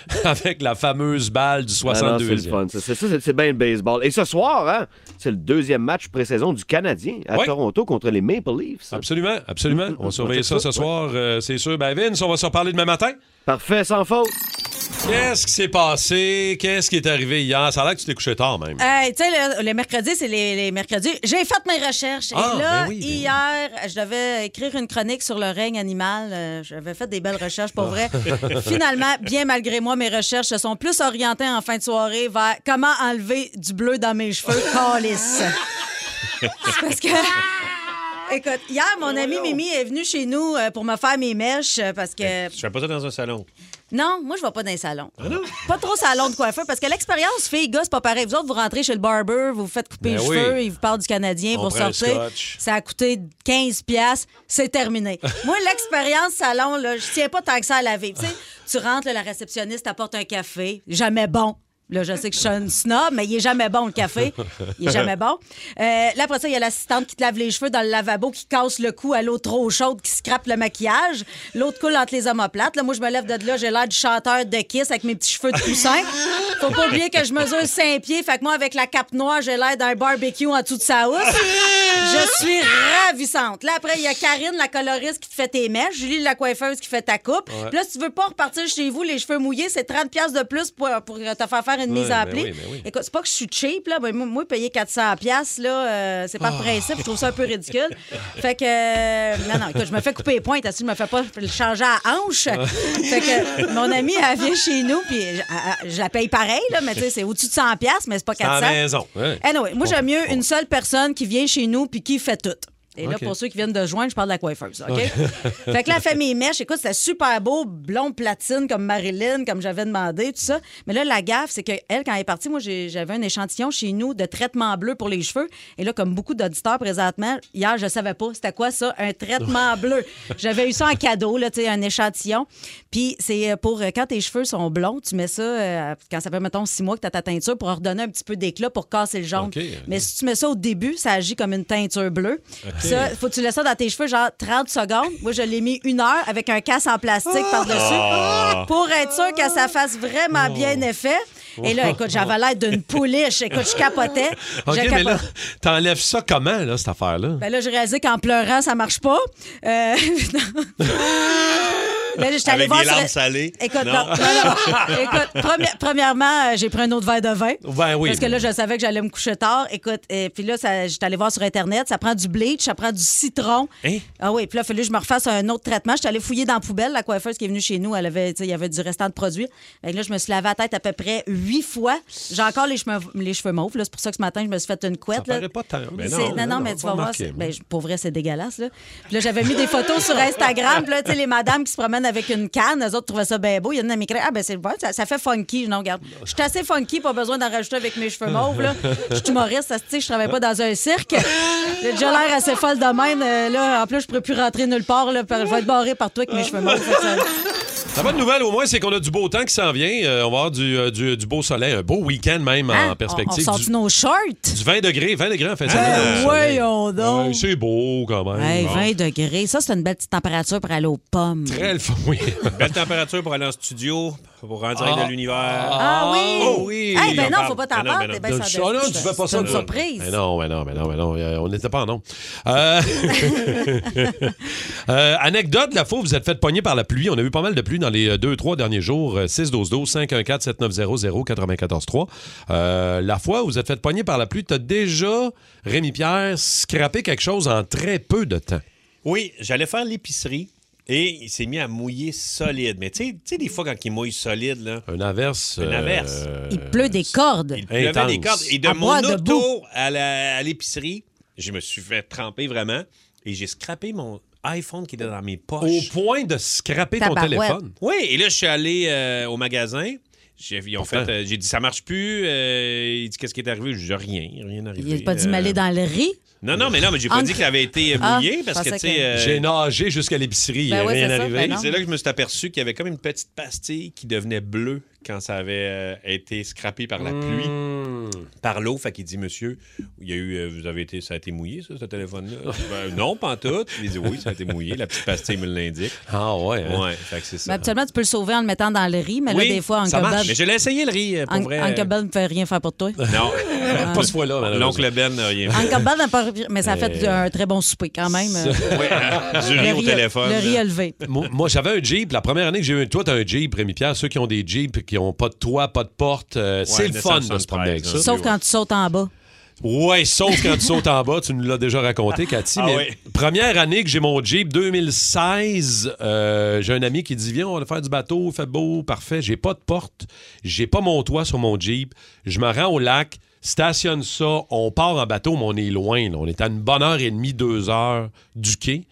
avec la fameuse balle du Ah non, c'est le 62e? fun, ça. C'est ça, c'est- c'est bien le baseball. Et ce soir, hein, c'est le deuxième match pré-saison du Canadien à Ouais. Toronto contre les Maple Leafs. absolument, absolument. On va surveiller ça ce soir, euh, c'est sûr. Ben, Vince, on va s'en parler demain matin. Parfait, sans faute. Qu'est-ce qui s'est passé? Qu'est-ce qui est arrivé hier? Ça a l'air que tu t'es couché tard, même. Hey, tu sais, le, le mercredi, c'est les, les mercredis. J'ai fait mes recherches. Ah, et là, ben oui, ben hier, je devais écrire une chronique sur le règne animal. Euh, J'avais fait des belles recherches, Ah. pour vrai. Finalement, bien malgré moi, mes recherches se sont plus orientées en fin de soirée vers comment enlever du bleu dans mes cheveux. Calice. C'est parce que. Écoute, hier, mon Ben ami Mimi est venue chez nous euh, pour me faire mes mèches euh, parce Ben. que. Je fais pas ça dans un salon. Non, moi, je vais pas dans les salons. Ah Pas trop salon de coiffeur, parce que l'expérience fille-gars, c'est pas pareil. Vous autres, vous rentrez chez le barber, vous vous faites couper Ben les oui. cheveux, il vous parle du Canadien, On vous prend le ressortez. scotch. Ça a coûté 15 pièces, c'est terminé. moi, l'expérience salon, là, je tiens pas tant que ça à la vie. Tu sais, tu rentres, là, la réceptionniste apporte un café, jamais bon. Là, je sais que je suis une snob, mais il est jamais bon, le café. Il est jamais bon. Euh, là, après ça, il y a l'assistante qui te lave les cheveux dans le lavabo, qui casse le cou à l'eau trop chaude, qui scrape le maquillage. L'autre coule entre les omoplates. Là, moi, je me lève de là, j'ai l'air du chanteur de Kiss avec mes petits cheveux de poussin. Faut pas oublier que je mesure 5 pieds. Fait que moi, avec la cape noire, j'ai l'air d'un barbecue en dessous de sa housse. Je suis ravissante. Là, après, il y a Karine, la coloriste, qui te fait tes mèches. Julie, la coiffeuse, qui fait ta coupe. Ouais. Puis Là, si tu veux pas repartir chez vous, les cheveux mouillés, c'est 30 pièces de plus pour, pour te faire faire une Ouais, mise à ben pli. oui, ben oui. Écoute, c'est pas que je suis cheap, là. mais moi- moi, payer 400 pièces là, euh, c'est pas de principe. Je trouve ça un peu ridicule. Fait que... euh, non, non, écoute, je me fais couper les pointes. Si je me fais pas le changer à hanche. fait que mon amie, elle vient chez nous, puis je, elle- je la paye pareil, là, mais tu sais, c'est au-dessus de 100 pièces, mais c'est pas T'as 400. raison. Ouais. Anyway, moi, j'aime mieux une seule personne qui vient chez nous puis qui fait tout. Et là, OK. pour ceux qui viennent de joindre, je parle de la coiffeuse, OK? fait que la famille mèche, écoute, c'était super beau, blond platine comme Marilyn, comme j'avais demandé, tout ça. Mais là, la gaffe, c'est qu'elle, quand elle est partie, moi, j'ai- j'avais un échantillon chez nous de traitement bleu pour les cheveux. Et là, comme beaucoup d'auditeurs présentement, hier, je savais pas c'était quoi ça, un traitement bleu. J'avais eu ça en cadeau, là, tu sais, un échantillon. Puis c'est euh, pour euh, quand tes cheveux sont blonds, tu mets ça, euh, quand ça fait, mettons, six mois que tu as ta teinture, pour redonner un petit peu d'éclat, pour casser le jaune. OK. Mais si tu mets ça au début, ça agit comme une teinture bleue. Ça, faut que tu laisses ça dans tes cheveux genre 30 secondes. Moi, je l'ai mis une heure avec un casse en plastique par-dessus pour être sûr que ça fasse vraiment bien effet. Et là, écoute, j'avais l'air d'une pouliche. Écoute, je capotais. OK, Je mais capotais. là, t'enlèves ça comment, là, cette affaire-là? Ben là, j'ai réalisé qu'en pleurant, ça marche pas. Euh, non. Ben, j'étais allée Avec voir des sur- larmes salées. Écoute, non. non, non. Écoute, premi- premièrement, euh, j'ai pris un autre verre de vin. Ben oui, Parce que mais- là, je savais que j'allais me coucher tard. Écoute, et puis là, ça- j'étais allée voir sur Internet, ça prend du bleach, ça prend du citron. Hein? Ah oui, puis là, il fallait que je me refasse un autre traitement. J'étais allée fouiller dans la poubelle. La coiffeuse qui est venue chez nous, elle avait, tu sais, il y avait du restant de produit. Fait que là, je me suis lavé la tête à peu près huit fois. J'ai encore les cheveux, les cheveux mauves. là. C'est pour ça que ce matin, je me suis fait une couette. là. paraît pas tant. Ben C'est- non, non, ben non, non, mais tu pas vas voir. remarqué, c'est- moi. ben, je- pour vrai, c'est dégueulasse. Là. Puis là, j'avais mis des photos sur Instagram. Puis là, tu sais, les madames qui se promènent avec une canne, elles autres trouvaient ça bien beau. Il y en a qui m'écrivaient Ah, ben, c'est ouais, ça, ça fait funky. Non, regarde. Je suis assez funky, pas besoin d'en rajouter avec mes cheveux mauves. Là. Je suis humoriste, ça se dit, je travaille pas dans un cirque. J'ai déjà l'air assez folle de même. euh, là. En plus, je pourrais plus rentrer nulle part. Là, par- je vais être barrée par toi avec mes cheveux mauves. Fait que ça- La bonne nouvelle, au moins, c'est qu'on a du beau temps qui s'en vient. Euh, on va avoir du, euh, du, du beau soleil, un beau week-end même Hein? en On, on perspective. sort du, nos shorts. du 20 degrés, 20 degrés en fin de semaine. Ben, Euh, voyons ouais, donc. c'est beau quand Ben même. Hey, Bon. 20 degrés. Ça, c'est une belle petite température pour aller aux pommes. Très le fun, oui. Belle température pour aller en studio, pour rentrer de l'univers. Ah oui! Oh oui! Eh ben non, J'en faut pas t'en parle. Ben non, parler. ben Ben non. ça Ah doit- non, tu fais pas c'est ça, une là. surprise. Mais non, mais non, mais non, mais non. euh, on n'était pas en nombre. Euh, euh, anecdote, la faux, vous êtes fait pogner par la pluie. On a eu pas mal de pluie dans les euh, deux, trois derniers jours. 6-12-12-514-7900-943. Euh, la fois où vous êtes fait pogner par la pluie, t'as déjà, Rémi Pierre, scrappé quelque chose en très peu de temps. Oui, j'allais faire l'épicerie. Et il s'est mis à mouiller solide. Mais tu sais- tu sais, des fois, quand il mouille solide, là. Une averse. Une averse. euh, Il pleut des cordes. Euh, Il pleuvait des cordes. Et de À mon boire auto debout. à la- à l'épicerie, je me suis fait tremper vraiment. Et j'ai scrappé mon iPhone qui était dans mes poches. Au point de scraper ton Tabarouette. téléphone. Oui, et là, je suis allé euh, au magasin. J'ai, ils ont fait, euh, j'ai dit, ça marche plus. Euh, il dit, qu'est-ce qui est arrivé? Je dis, rien, rien arrivé. Il n'a pas dit Euh, m'aller dans le riz. Non, non, mais non, mais j'ai pas Entre- dit que ça avait été euh, Ah, mouillé je parce que, tu pensais sais. euh, que- J'ai nagé jusqu'à l'épicerie. euh, il y Ben a ouais, rien c'est ça, arrivé. ben non. c'est là que je me suis aperçu qu'il y avait comme une petite pastille qui devenait bleue quand ça avait euh, été scrappé par la Hmm. pluie, par l'eau. Fait qu'il dit, monsieur, il y a eu, euh, vous avez été, ça a été mouillé, ça, ce téléphone-là? Ben, non, pas en tout. Il dit, oui, ça a été mouillé. La petite pastille me l'indique. Ah, ouais. hein? Ouais, fait que c'est ça. Mais habituellement, tu peux le sauver en le mettant dans le riz, mais Oui, là, des fois, ça Uncle marche. Bob. Mais je l'ai essayé, le riz, euh, pour Un- vrai. Uncle Bob ne fait rien faire pour toi. Non. Pas ce fois-là, malheureusement. L'oncle Ben n'a rien fait. Uncle Bob n'a pas. Mais ça a fait Euh, un très bon souper quand même. Ouais, hein, du riz Euh, Le au riz- téléphone. Le riz a levé. Moi, moi, j'avais un Jeep. La première année que j'ai eu un. Toi, t'as un Jeep, Rémi-Pierre. Ceux qui ont des Jeeps, qui n'ont pas de toit, pas de porte, euh, c'est le fun de se promener avec ça. Sauf quand tu sautes en bas. Ouais, sauf quand tu sautes en bas, tu nous l'as déjà raconté, Cathy. Ah mais ouais. Première année que j'ai mon Jeep, 2016, euh, j'ai un ami qui dit Viens, on va faire du bateau, il fait beau, parfait. J'ai pas de porte, j'ai pas mon toit sur mon Jeep. Je me rends au lac, stationne ça, on part en bateau, mais on est loin. là. On est à une bonne heure et demie, deux heures du quai.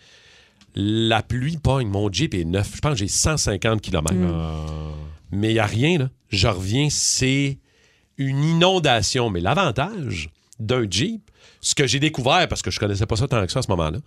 La pluie pogne, mon Jeep est neuf. Je pense que j'ai 150 km. Hmm. Mais il n'y a rien, là. Je reviens, c'est une inondation. Mais l'avantage d'un Jeep, ce que j'ai découvert, parce que je connaissais pas ça tant que ça à ce moment-là,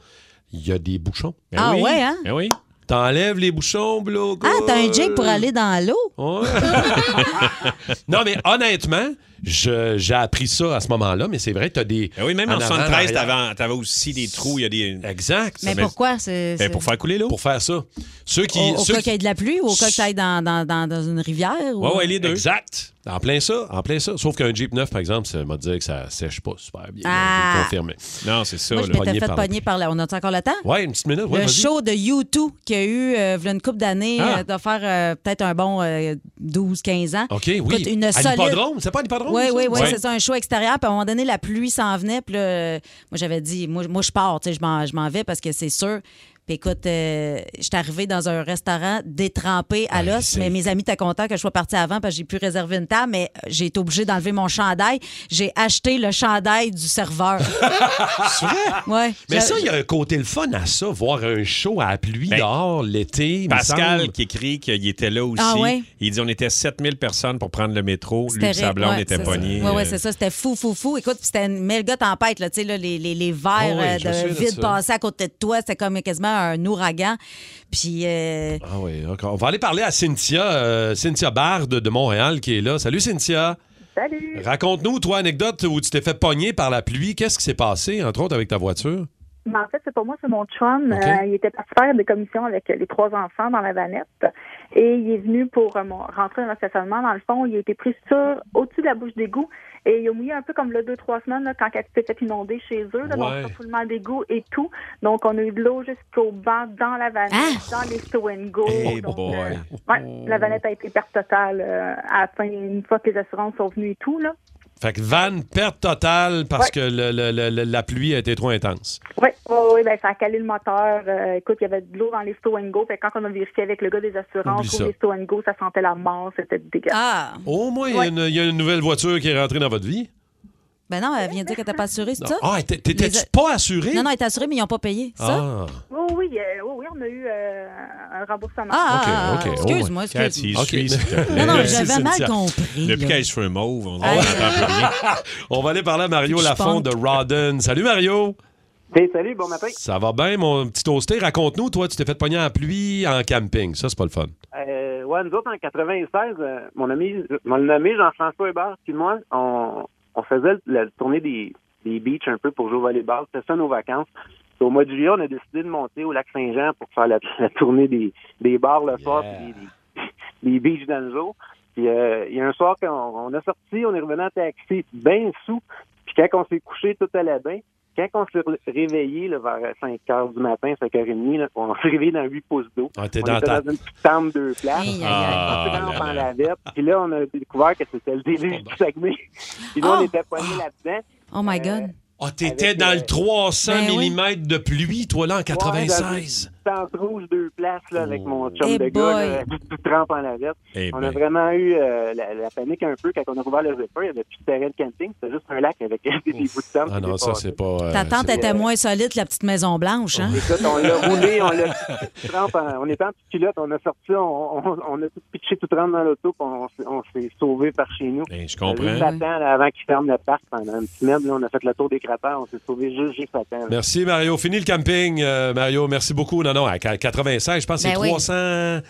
il y a des bouchons. Ah oui. ouais, hein? Ben oui. T'enlèves les bouchons, bleu. Ah, t'as un Jake pour aller dans l'eau? non, mais honnêtement, je- j'ai appris ça à ce moment-là, mais c'est vrai, t'as des. Ben oui, même en, avant, 73, arrière. t'avais, t'avais aussi des trous. Il y a des. Exact. Mais mais- pourquoi? C'est, Ben, c'est- pour faire couler l'eau. Pour faire ça. Ceux qui. Au, au ceux cas qui- qu'il y ait de la pluie ou au cas que t'ailles dans, dans, dans, dans une rivière? ou- Ouais, ouais, les deux. Exact. En plein ça, en plein ça. Sauf qu'un Jeep neuf, par exemple, ça m'a dit que ça sèche pas super bien. Ah. Je vais le confirmer. Non, c'est ça. Moi, je là. m'étais pogné fait par la pogner par là. On a encore le temps? Ouais, une petite minute. Ah, ouais, le vas-y. show de U2 qu'il y a eu euh, v'là une couple d'années, Ah. euh, doit faire euh, peut-être un bon euh, 12-15 ans. OK, oui. Écoute, une à solide- l'hippodrome, c'est pas à l'hippodrome? Oui, ça? oui, oui, Ouais. c'est ça, un show extérieur. Puis à un moment donné, la pluie s'en venait. Puis là, euh, moi, j'avais dit, moi, moi je pars, tu sais, je m'en, je m'en vais parce que c'est sûr. Puis écoute, euh, je suis arrivée dans un restaurant détrempé à l'os, mais mes amis étaient contents que je sois partie avant parce que j'ai pu réserver une table, mais euh, j'ai été obligée d'enlever mon chandail. J'ai acheté le chandail du serveur. ouais. Mais Je- ça, il y a un côté le fun à ça, voir un show à la pluie Ben, dehors, l'été. me Pascal semble. qui écrit qu'il était là aussi. Ah ouais? Il dit on était 7000 personnes pour prendre le métro. Lui, C'était sa blonde ouais, était c'est ça. pognée. Ouais, ouais, Euh, c'est ça. C'était fou, fou, fou. Écoute, puis c'était une méga tempête, là, tu sais, là, les, les, les verres Ah oui, euh, je sais de de vide ça. passaient à côté de toi. C'était comme quasiment un ouragan. Puis, euh, Ah oui, ok. On va aller parler à Cynthia, euh, Cynthia Bard de Montréal qui est là. Salut Cynthia. Salut. Raconte-nous, toi, anecdote où tu t'es fait pogner par la pluie. Qu'est-ce qui s'est passé, entre autres, avec ta voiture? Mais en fait, c'est pas moi, c'est mon chum. OK. Euh, il était parti faire des commissions avec euh, les trois enfants dans la vanette. Et il est venu pour euh, mon- rentrer dans le stationnement. Dans le fond, il a été pris sur au-dessus de la bouche d'égout. Et il a mouillé un peu comme là, deux, trois semaines, là, quand elle s'était fait inonder chez eux. Là, Ouais. Donc, refoulement d'égout et tout. Donc, on a eu de l'eau jusqu'au banc, dans la vanette, dans les stow and go. Hey Donc, boy. euh, ouais, la vanette a été perte totale euh, à la fin, une fois que les assurances sont venues et tout. Là. Fait que van, perte totale parce Ouais. que le- le- le- la pluie a été trop intense. Oui, oui, oui, ben, ça a calé le moteur. Euh, écoute, il y avait de l'eau dans les stow and go. Fait que quand on a vérifié avec le gars des Oublie assurances, tous ça. les stow and go, ça sentait la mort. C'était dégueulasse. ah, Au moins, il y a une- il y, a une nouvelle voiture qui est rentrée dans votre vie. ben non, elle vient dire qu'elle n'était pas assurée, c'est Non. ça? Ah, t'é- t'étais-tu Les a- pas assuré? Non, non, elle est assurée, mais ils n'ont pas payé. Ça? Ah. Oui, oui, euh, oui, oui, on a eu euh, un remboursement. Ah, Ok, ah, ok. ah, excuse-moi, Cathy, excuse-moi. Ok. suis, s'il te plaît. Non, non, Merci, j'avais mal Cynthia. compris. Depuis là. qu'elle se fait mauve, on n'entend Hey. plus rien. On va aller parler à Mario Puis je Lafont pense- de Rodden. Salut Mario! salut, bon matin. Ça va bien, mon petit toasté? Raconte-nous, toi, tu t'es fait pogner en pluie en camping. Ça, c'est pas le fun. Euh, ouais, nous autres, en 96, euh, mon ami, mon ami Jean-François Hébert puis moi, on, on faisait la tournée des, des beaches un peu pour jouer au volleyball. C'était ça nos vacances. Puis au mois de juillet, on a décidé de monter au lac Saint-Jean pour faire la, la tournée des, des bars le soir puis des, des beaches dans le jour. Puis euh, il y a un soir, quand on, on a sorti, on est revenu en taxi, bien sous. Puis quand on s'est couché, tout allait bien. Quand on s'est re- réveillé là, vers 5 h du matin, 5 h 30, là, on s'est réveillé dans 8 pouces d'eau. Ah, t'es on dans était ta- dans une petite tente deux places. Aïe, On aïe, aïe. s'est Ah, rentré là, dans là. la verte. Puis là, on a découvert que c'était le déluge du Saguenay. Puis là, Oh. on était poignés là-dedans. Oh my God. Ah, t'étais Avec, dans euh, le 300 Ben oui. mm de pluie, toi, là, en Ouais, dans 96. une- substance rouge deux places là, avec mon chum Eh de boy. gars, là, tout, tout trempe en lavette. Eh on ben. a vraiment eu euh, la, la panique un peu quand on a ouvert le zipper. Il n'y avait plus de terrain de camping, c'était juste un lac avec des bouts de sable. Ah non, ça, c'est pas. euh, Ta tante c'est- était moins solide que la petite Maison Blanche, hein? Écoute, on l'a roulé, on l'a tout trempe en- on était en petite culotte, on a sorti, on, on, on a tout pitché, tout rentre dans l'auto, puis on, s'est- on s'est sauvé par chez nous. je comprends. Juste à temps, là, avant qu'ils ferment le parc pendant une semaine, là, on a fait le tour des cratères, on s'est sauvé juste, juste à temps. là. Merci, Mario. Fini le camping, euh, Mario. Merci beaucoup. Non, non, à qu- 96, je pense que c'est Ben oui. 300...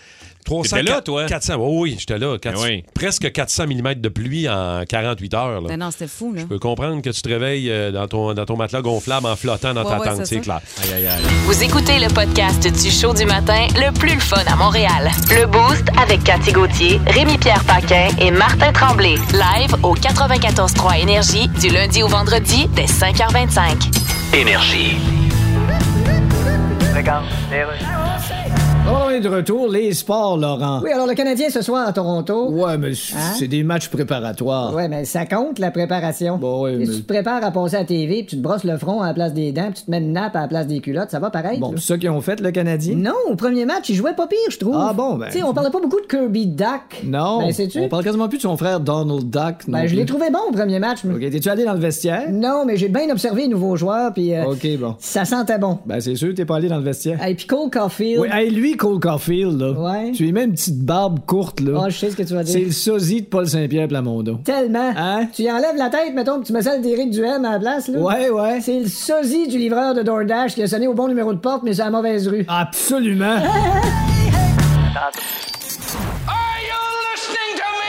300... T'étais là, Ben 400 400, oh oui, j'étais là. 400 Presque 400 mm de pluie en 48 heures. là. Ben non, c'était fou, là. Je peux comprendre que tu te réveilles euh, dans ton, dans ton matelas gonflable en flottant dans Ouais, ta ouais, tente, c'est c'est ça. clair. Aïe, aïe, aïe. Vous écoutez le podcast du show du matin le plus le fun à Montréal. Le Boost avec Cathy Gauthier, Rémi-Pierre Paquin et Martin Tremblay. Live au 94.3 Énergie du lundi au vendredi dès 5h25. Énergie. Bon, on est de retour, les sports, Laurent. Oui, alors le Canadien ce soir à Toronto. Ouais, mais c- Hein? c'est des matchs préparatoires. Ouais, mais ça compte la préparation. Bon, Bah ouais, Et mais- Si tu te prépares à passer à la TV, puis tu te brosses le front à la place des dents, puis tu te mets une nappe à la place des culottes, ça va pareil. Bon, c'est ça qu'ils ont fait, le Canadien? Non, au premier match, il jouait pas pire, je trouve. Ah bon, ben- Tu sais, on parlait pas beaucoup de Kirby Duck. Non. Ben, sais-tu? On parle quasiment plus de son frère Donald Duck. non Ben, je l'ai plus. trouvé bon au premier match. mais- OK, t'es-tu allé dans le vestiaire? Non, mais j'ai bien observé les nouveaux joueurs, puis euh, OK, bon. ça sentait bon. Ben, c'est sûr, t'es pas allé dans le vestiaire. Et puis Cole Caulfield. Oui, hey, lui, Cole Caulfield, là. Ouais. Tu lui mets une petite barbe courte, là. Ah, je sais ce que tu vas dire. c'est le sosie de Paul Saint-Pierre Plamondon. Tellement. Hein? Tu y enlèves la tête, mettons, pis tu mets celle d'Éric Duhem à la place, là. Ouais, ouais. C'est le sosie du livreur de DoorDash qui a sonné au bon numéro de porte, mais c'est à la mauvaise rue. Absolument.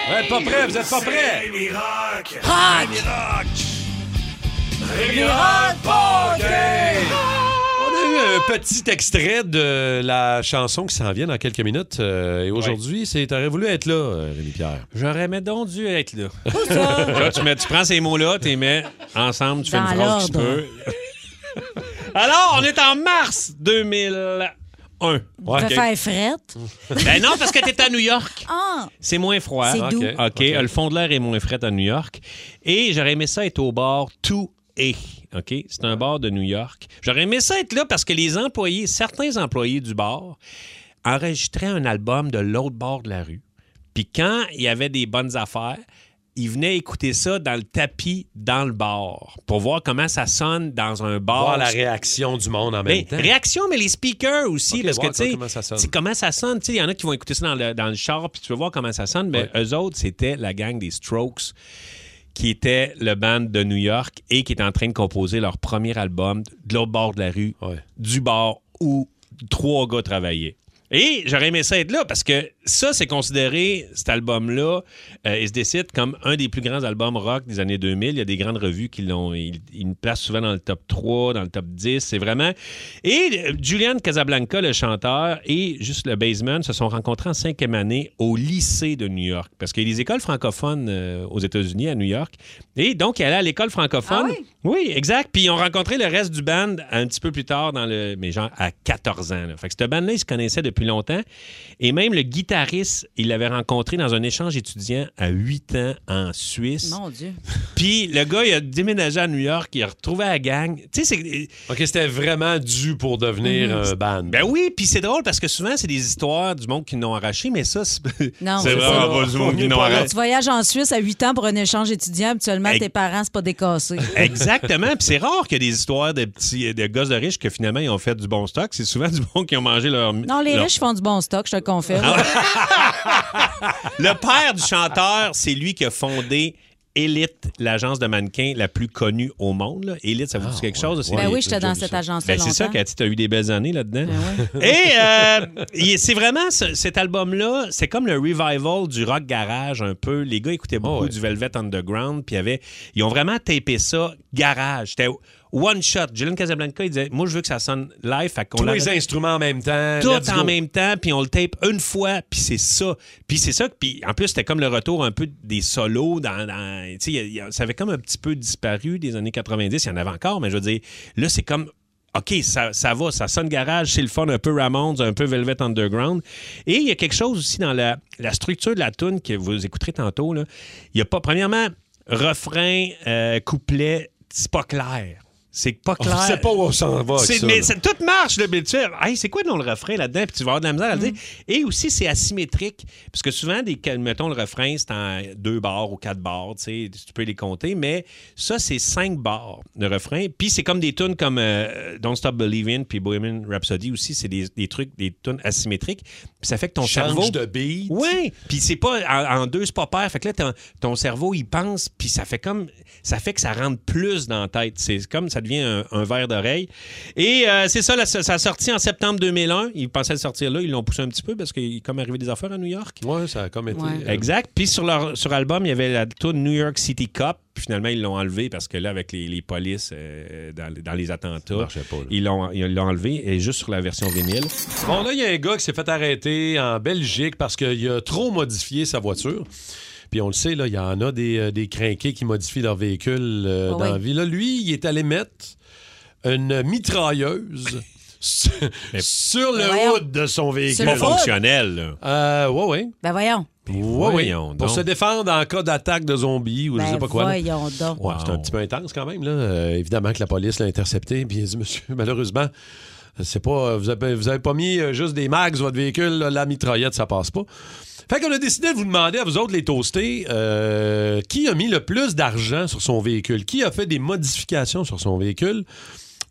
Vous êtes pas prêts, vous êtes pas prêts! On a eu un petit extrait de la chanson qui s'en vient dans quelques minutes. euh, et aujourd'hui, c'est T'aurais voulu être là, euh, Rémi-Pierre. J'aurais mais donc dû être là. Là, tu, mets- tu prends ces mots-là, tu les mets ensemble, tu fais Dans une phrase qui se l'ordre. peut. Alors, on est en mars 2001. Tu Ouais, vas ok. faire frette. Ben non, parce que t'es à New York. Ah! C'est moins froid. C'est doux. OK. OK. Le fond de l'air est moins frais à New York. Et j'aurais aimé ça être au bar 2A. OK? C'est un bar de New York. J'aurais aimé ça être là parce que les employés, certains employés du bar, enregistraient un album de l'autre bord de la rue. Puis quand il y avait des bonnes affaires, ils venaient écouter ça dans le tapis dans le bar pour voir comment ça sonne dans un bar. Voir la réaction du monde en Ben, même temps. Réaction, mais les speakers aussi, Ok, parce que voir tu sais, comment ça sonne. tu sais, comment ça sonne. Tu sais, Il y en a qui vont écouter ça dans le, dans le char, puis tu veux voir comment ça sonne. Mais eux autres, c'était la gang des Strokes, qui était le band de New York et qui est en train de composer leur premier album de l'autre bord de la rue, du bar où trois gars travaillaient. Et j'aurais aimé ça être là parce que ça, c'est considéré, cet album-là, euh, il se décide comme un des plus grands albums rock des années 2000. Il y a des grandes revues qui l'ont. Ils ils le placent souvent dans le top 3, dans le top 10. C'est vraiment. Et euh, Julian Casablanca, le chanteur, et juste le baseman se sont rencontrés en cinquième année au lycée de New York. Parce qu'il y a des écoles francophones euh, aux États-Unis, à New York. Et donc, il allait à l'école francophone. Ah oui? Oui, exact. Puis ils ont rencontré le reste du band un petit peu plus tard, dans le, mais genre à 14 ans. là. Fait que ce band-là, ils se connaissaient depuis longtemps. Et même le guitariste, il l'avait rencontré dans un échange étudiant à 8 ans en Suisse. Mon Dieu. Puis le gars, il a déménagé à New York, il a retrouvé la gang. Tu sais, c'est. OK, c'était vraiment dû pour devenir un band. Ben oui, puis c'est drôle parce que souvent, c'est des histoires du monde qui l'ont arraché, mais ça, c'est Non, c'est Ah, vraiment pas du monde qui l'ont Quand arraché. tu voyages en Suisse à 8 ans pour un échange étudiant, habituellement, tes parents, c'est pas décassé. Exactement. Puis c'est rare qu'il y ait des histoires de petits de gosses de riches que finalement ils ont fait du bon stock. C'est souvent du monde qui ont mangé leur. Non, les leur- riches font du bon stock, je te le confirme. Ah Le père du chanteur, c'est lui qui a fondé Elite, l'agence de mannequins la plus connue au monde. là. Elite, ça vous Ah, dit quelque chose? C'est Ben les- oui, j'étais dans cette agence-là Ben, c'est ça, longtemps. Ben Cathy, tu as eu des belles années là-dedans. Et euh, il- c'est vraiment ce- cet album-là, c'est comme le revival du rock garage un peu. Les gars écoutaient Oh, beaucoup du Velvet Underground, puis il y avait- ils ont vraiment tapé ça garage. C'était one shot. Julian Casablanca, il disait Moi, je veux que ça sonne live. Fait qu'on Tous l'arrête- les instruments en même temps. euh, let's tout en go. même temps, puis on le tape une fois, puis c'est ça. Puis c'est ça, que- puis en plus, c'était comme le retour un peu des solos. Dans, dans- tu sais, il y a- il y a- ça avait comme un petit peu disparu des années 90, il y en avait encore, mais je veux dire, là, c'est comme. OK, ça, ça va, ça sonne garage, c'est le fun, un peu Ramones, un peu Velvet Underground. Et il y a quelque chose aussi dans la, la structure de la tune que vous écouterez tantôt. là. Il n'y a pas, premièrement, refrain, euh, couplet, c'est pas clair. C'est pas On clair. sait pas où on s'en va avec C'est- ça, mais là. c'est- tout marche, là, mais tu fais, Hey, c'est quoi non le refrain là-dedans? Puis tu vas avoir de la misère à le dire. Mm. Et aussi, c'est asymétrique. Parce que souvent, des, mettons, le refrain, c'est en deux bars ou quatre bars. Tu sais, tu peux les compter. Mais ça, c'est cinq bars, le refrain. Puis c'est comme des tunes comme euh, Don't Stop Believing puis Bohemian Rhapsody aussi. C'est des, des trucs, des tunes asymétriques. Puis ça fait que ton Change cerveau. de beat. Oui. Puis c'est pas en, en deux, c'est pas pair. Fait que là, ton, ton cerveau, il pense, puis ça fait comme. Ça fait que ça rentre plus dans la tête. C'est comme ça devient un, un verre d'oreille. Et euh, c'est ça, la- ça a sorti en septembre 2001. Ils pensaient le sortir là. Ils l'ont poussé un petit peu parce qu'il est comme arrivé des affaires à New York. Oui, ça a comme été. Ouais. euh, Exact. Puis sur leur sur album, il y avait la tune New York City Cop. Puis Finalement, ils l'ont enlevé parce que là, avec les, les polices euh, dans, dans les attentats, ils l'ont ils l'ont enlevé et juste sur la version vinyle. Bon, là, il y a un gars qui s'est fait arrêter en Belgique parce qu'il a trop modifié sa voiture. Puis on le sait, là, il y en a des, euh, des crinqués qui modifient leur véhicule euh, Ah dans oui. la vie. Là, lui, il est allé mettre une mitrailleuse sur, sur le voyons. hood de son véhicule. Pas fonctionnel. là. Euh, ouais, ouais. Ben voyons. Ouais, ouais. voyons Pour donc. se défendre en cas d'attaque de zombies ou je Ben sais pas quoi. là. voyons donc. Ouais, c'est un petit peu intense quand même. Là. Euh, évidemment que la police l'a intercepté. Puis il a dit, monsieur, malheureusement, c'est pas, vous, avez, vous avez pas mis euh, juste des mags sur votre véhicule. là, la mitraillette, ça passe pas. Fait qu'on a décidé de vous demander à vous autres, les toastés, euh, qui a mis le plus d'argent sur son véhicule? Qui a fait des modifications sur son véhicule?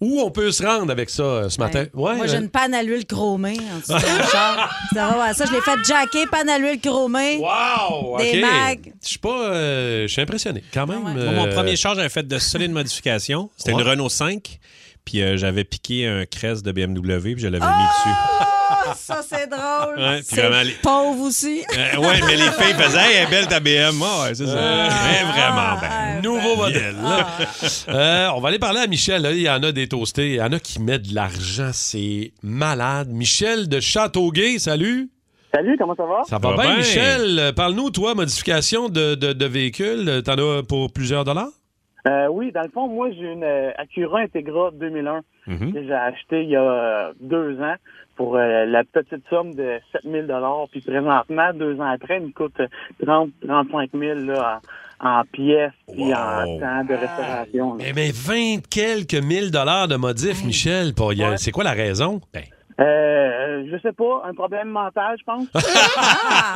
Où on peut se rendre avec ça euh, ce matin? Ouais, Moi, j'ai euh, une panne à l'huile chromée en dessous de mon char. Ça va voir ça. Je l'ai fait jacker, panne à l'huile chromée. Oh, Wow! Des OK. mags. Ah Je suis pas. euh, je suis impressionné. Quand même. Moi, mon euh, premier char, j'avais fait de solides modifications. C'était Ouais. une Renault 5. Puis euh, j'avais piqué un Crest de BMW puis je l'avais mis Ah, ça, c'est drôle. Ouais, puis c'est vraiment, les- pauvre aussi. dessus. Euh, ouais, mais les filles faisaient Hey, elle est belle ta BM. Ah, ouais, c'est ça. Euh. Mais Ah! vraiment, ben, nouveau modèle. Ah. là. Euh, on va aller parler à Michel. là. Il y en a des toastés. Il y en a qui mettent de l'argent. C'est malade. Michel de Châteauguay, salut. Salut, comment ça va? Ça va, bien, Michel. Euh, Parle-nous, toi, modification de, de, de véhicule. Euh, T'en as pour plusieurs dollars? Euh, oui, dans le fond, moi, j'ai une euh, Acura Integra 2001 Hum? Mhm. que j'ai achetée il y a euh, deux ans pour euh, la petite somme de 7000 dollars. Puis présentement, deux ans après, elle me coûte euh, 30, 35 000 là, en, en pièces puis en temps de restauration. là. Eh bien, 20 quelques mille dollars de modif, Michel. pour y aller. C'est quoi la raison? Ben, Euh, je sais pas, un problème mental, je pense.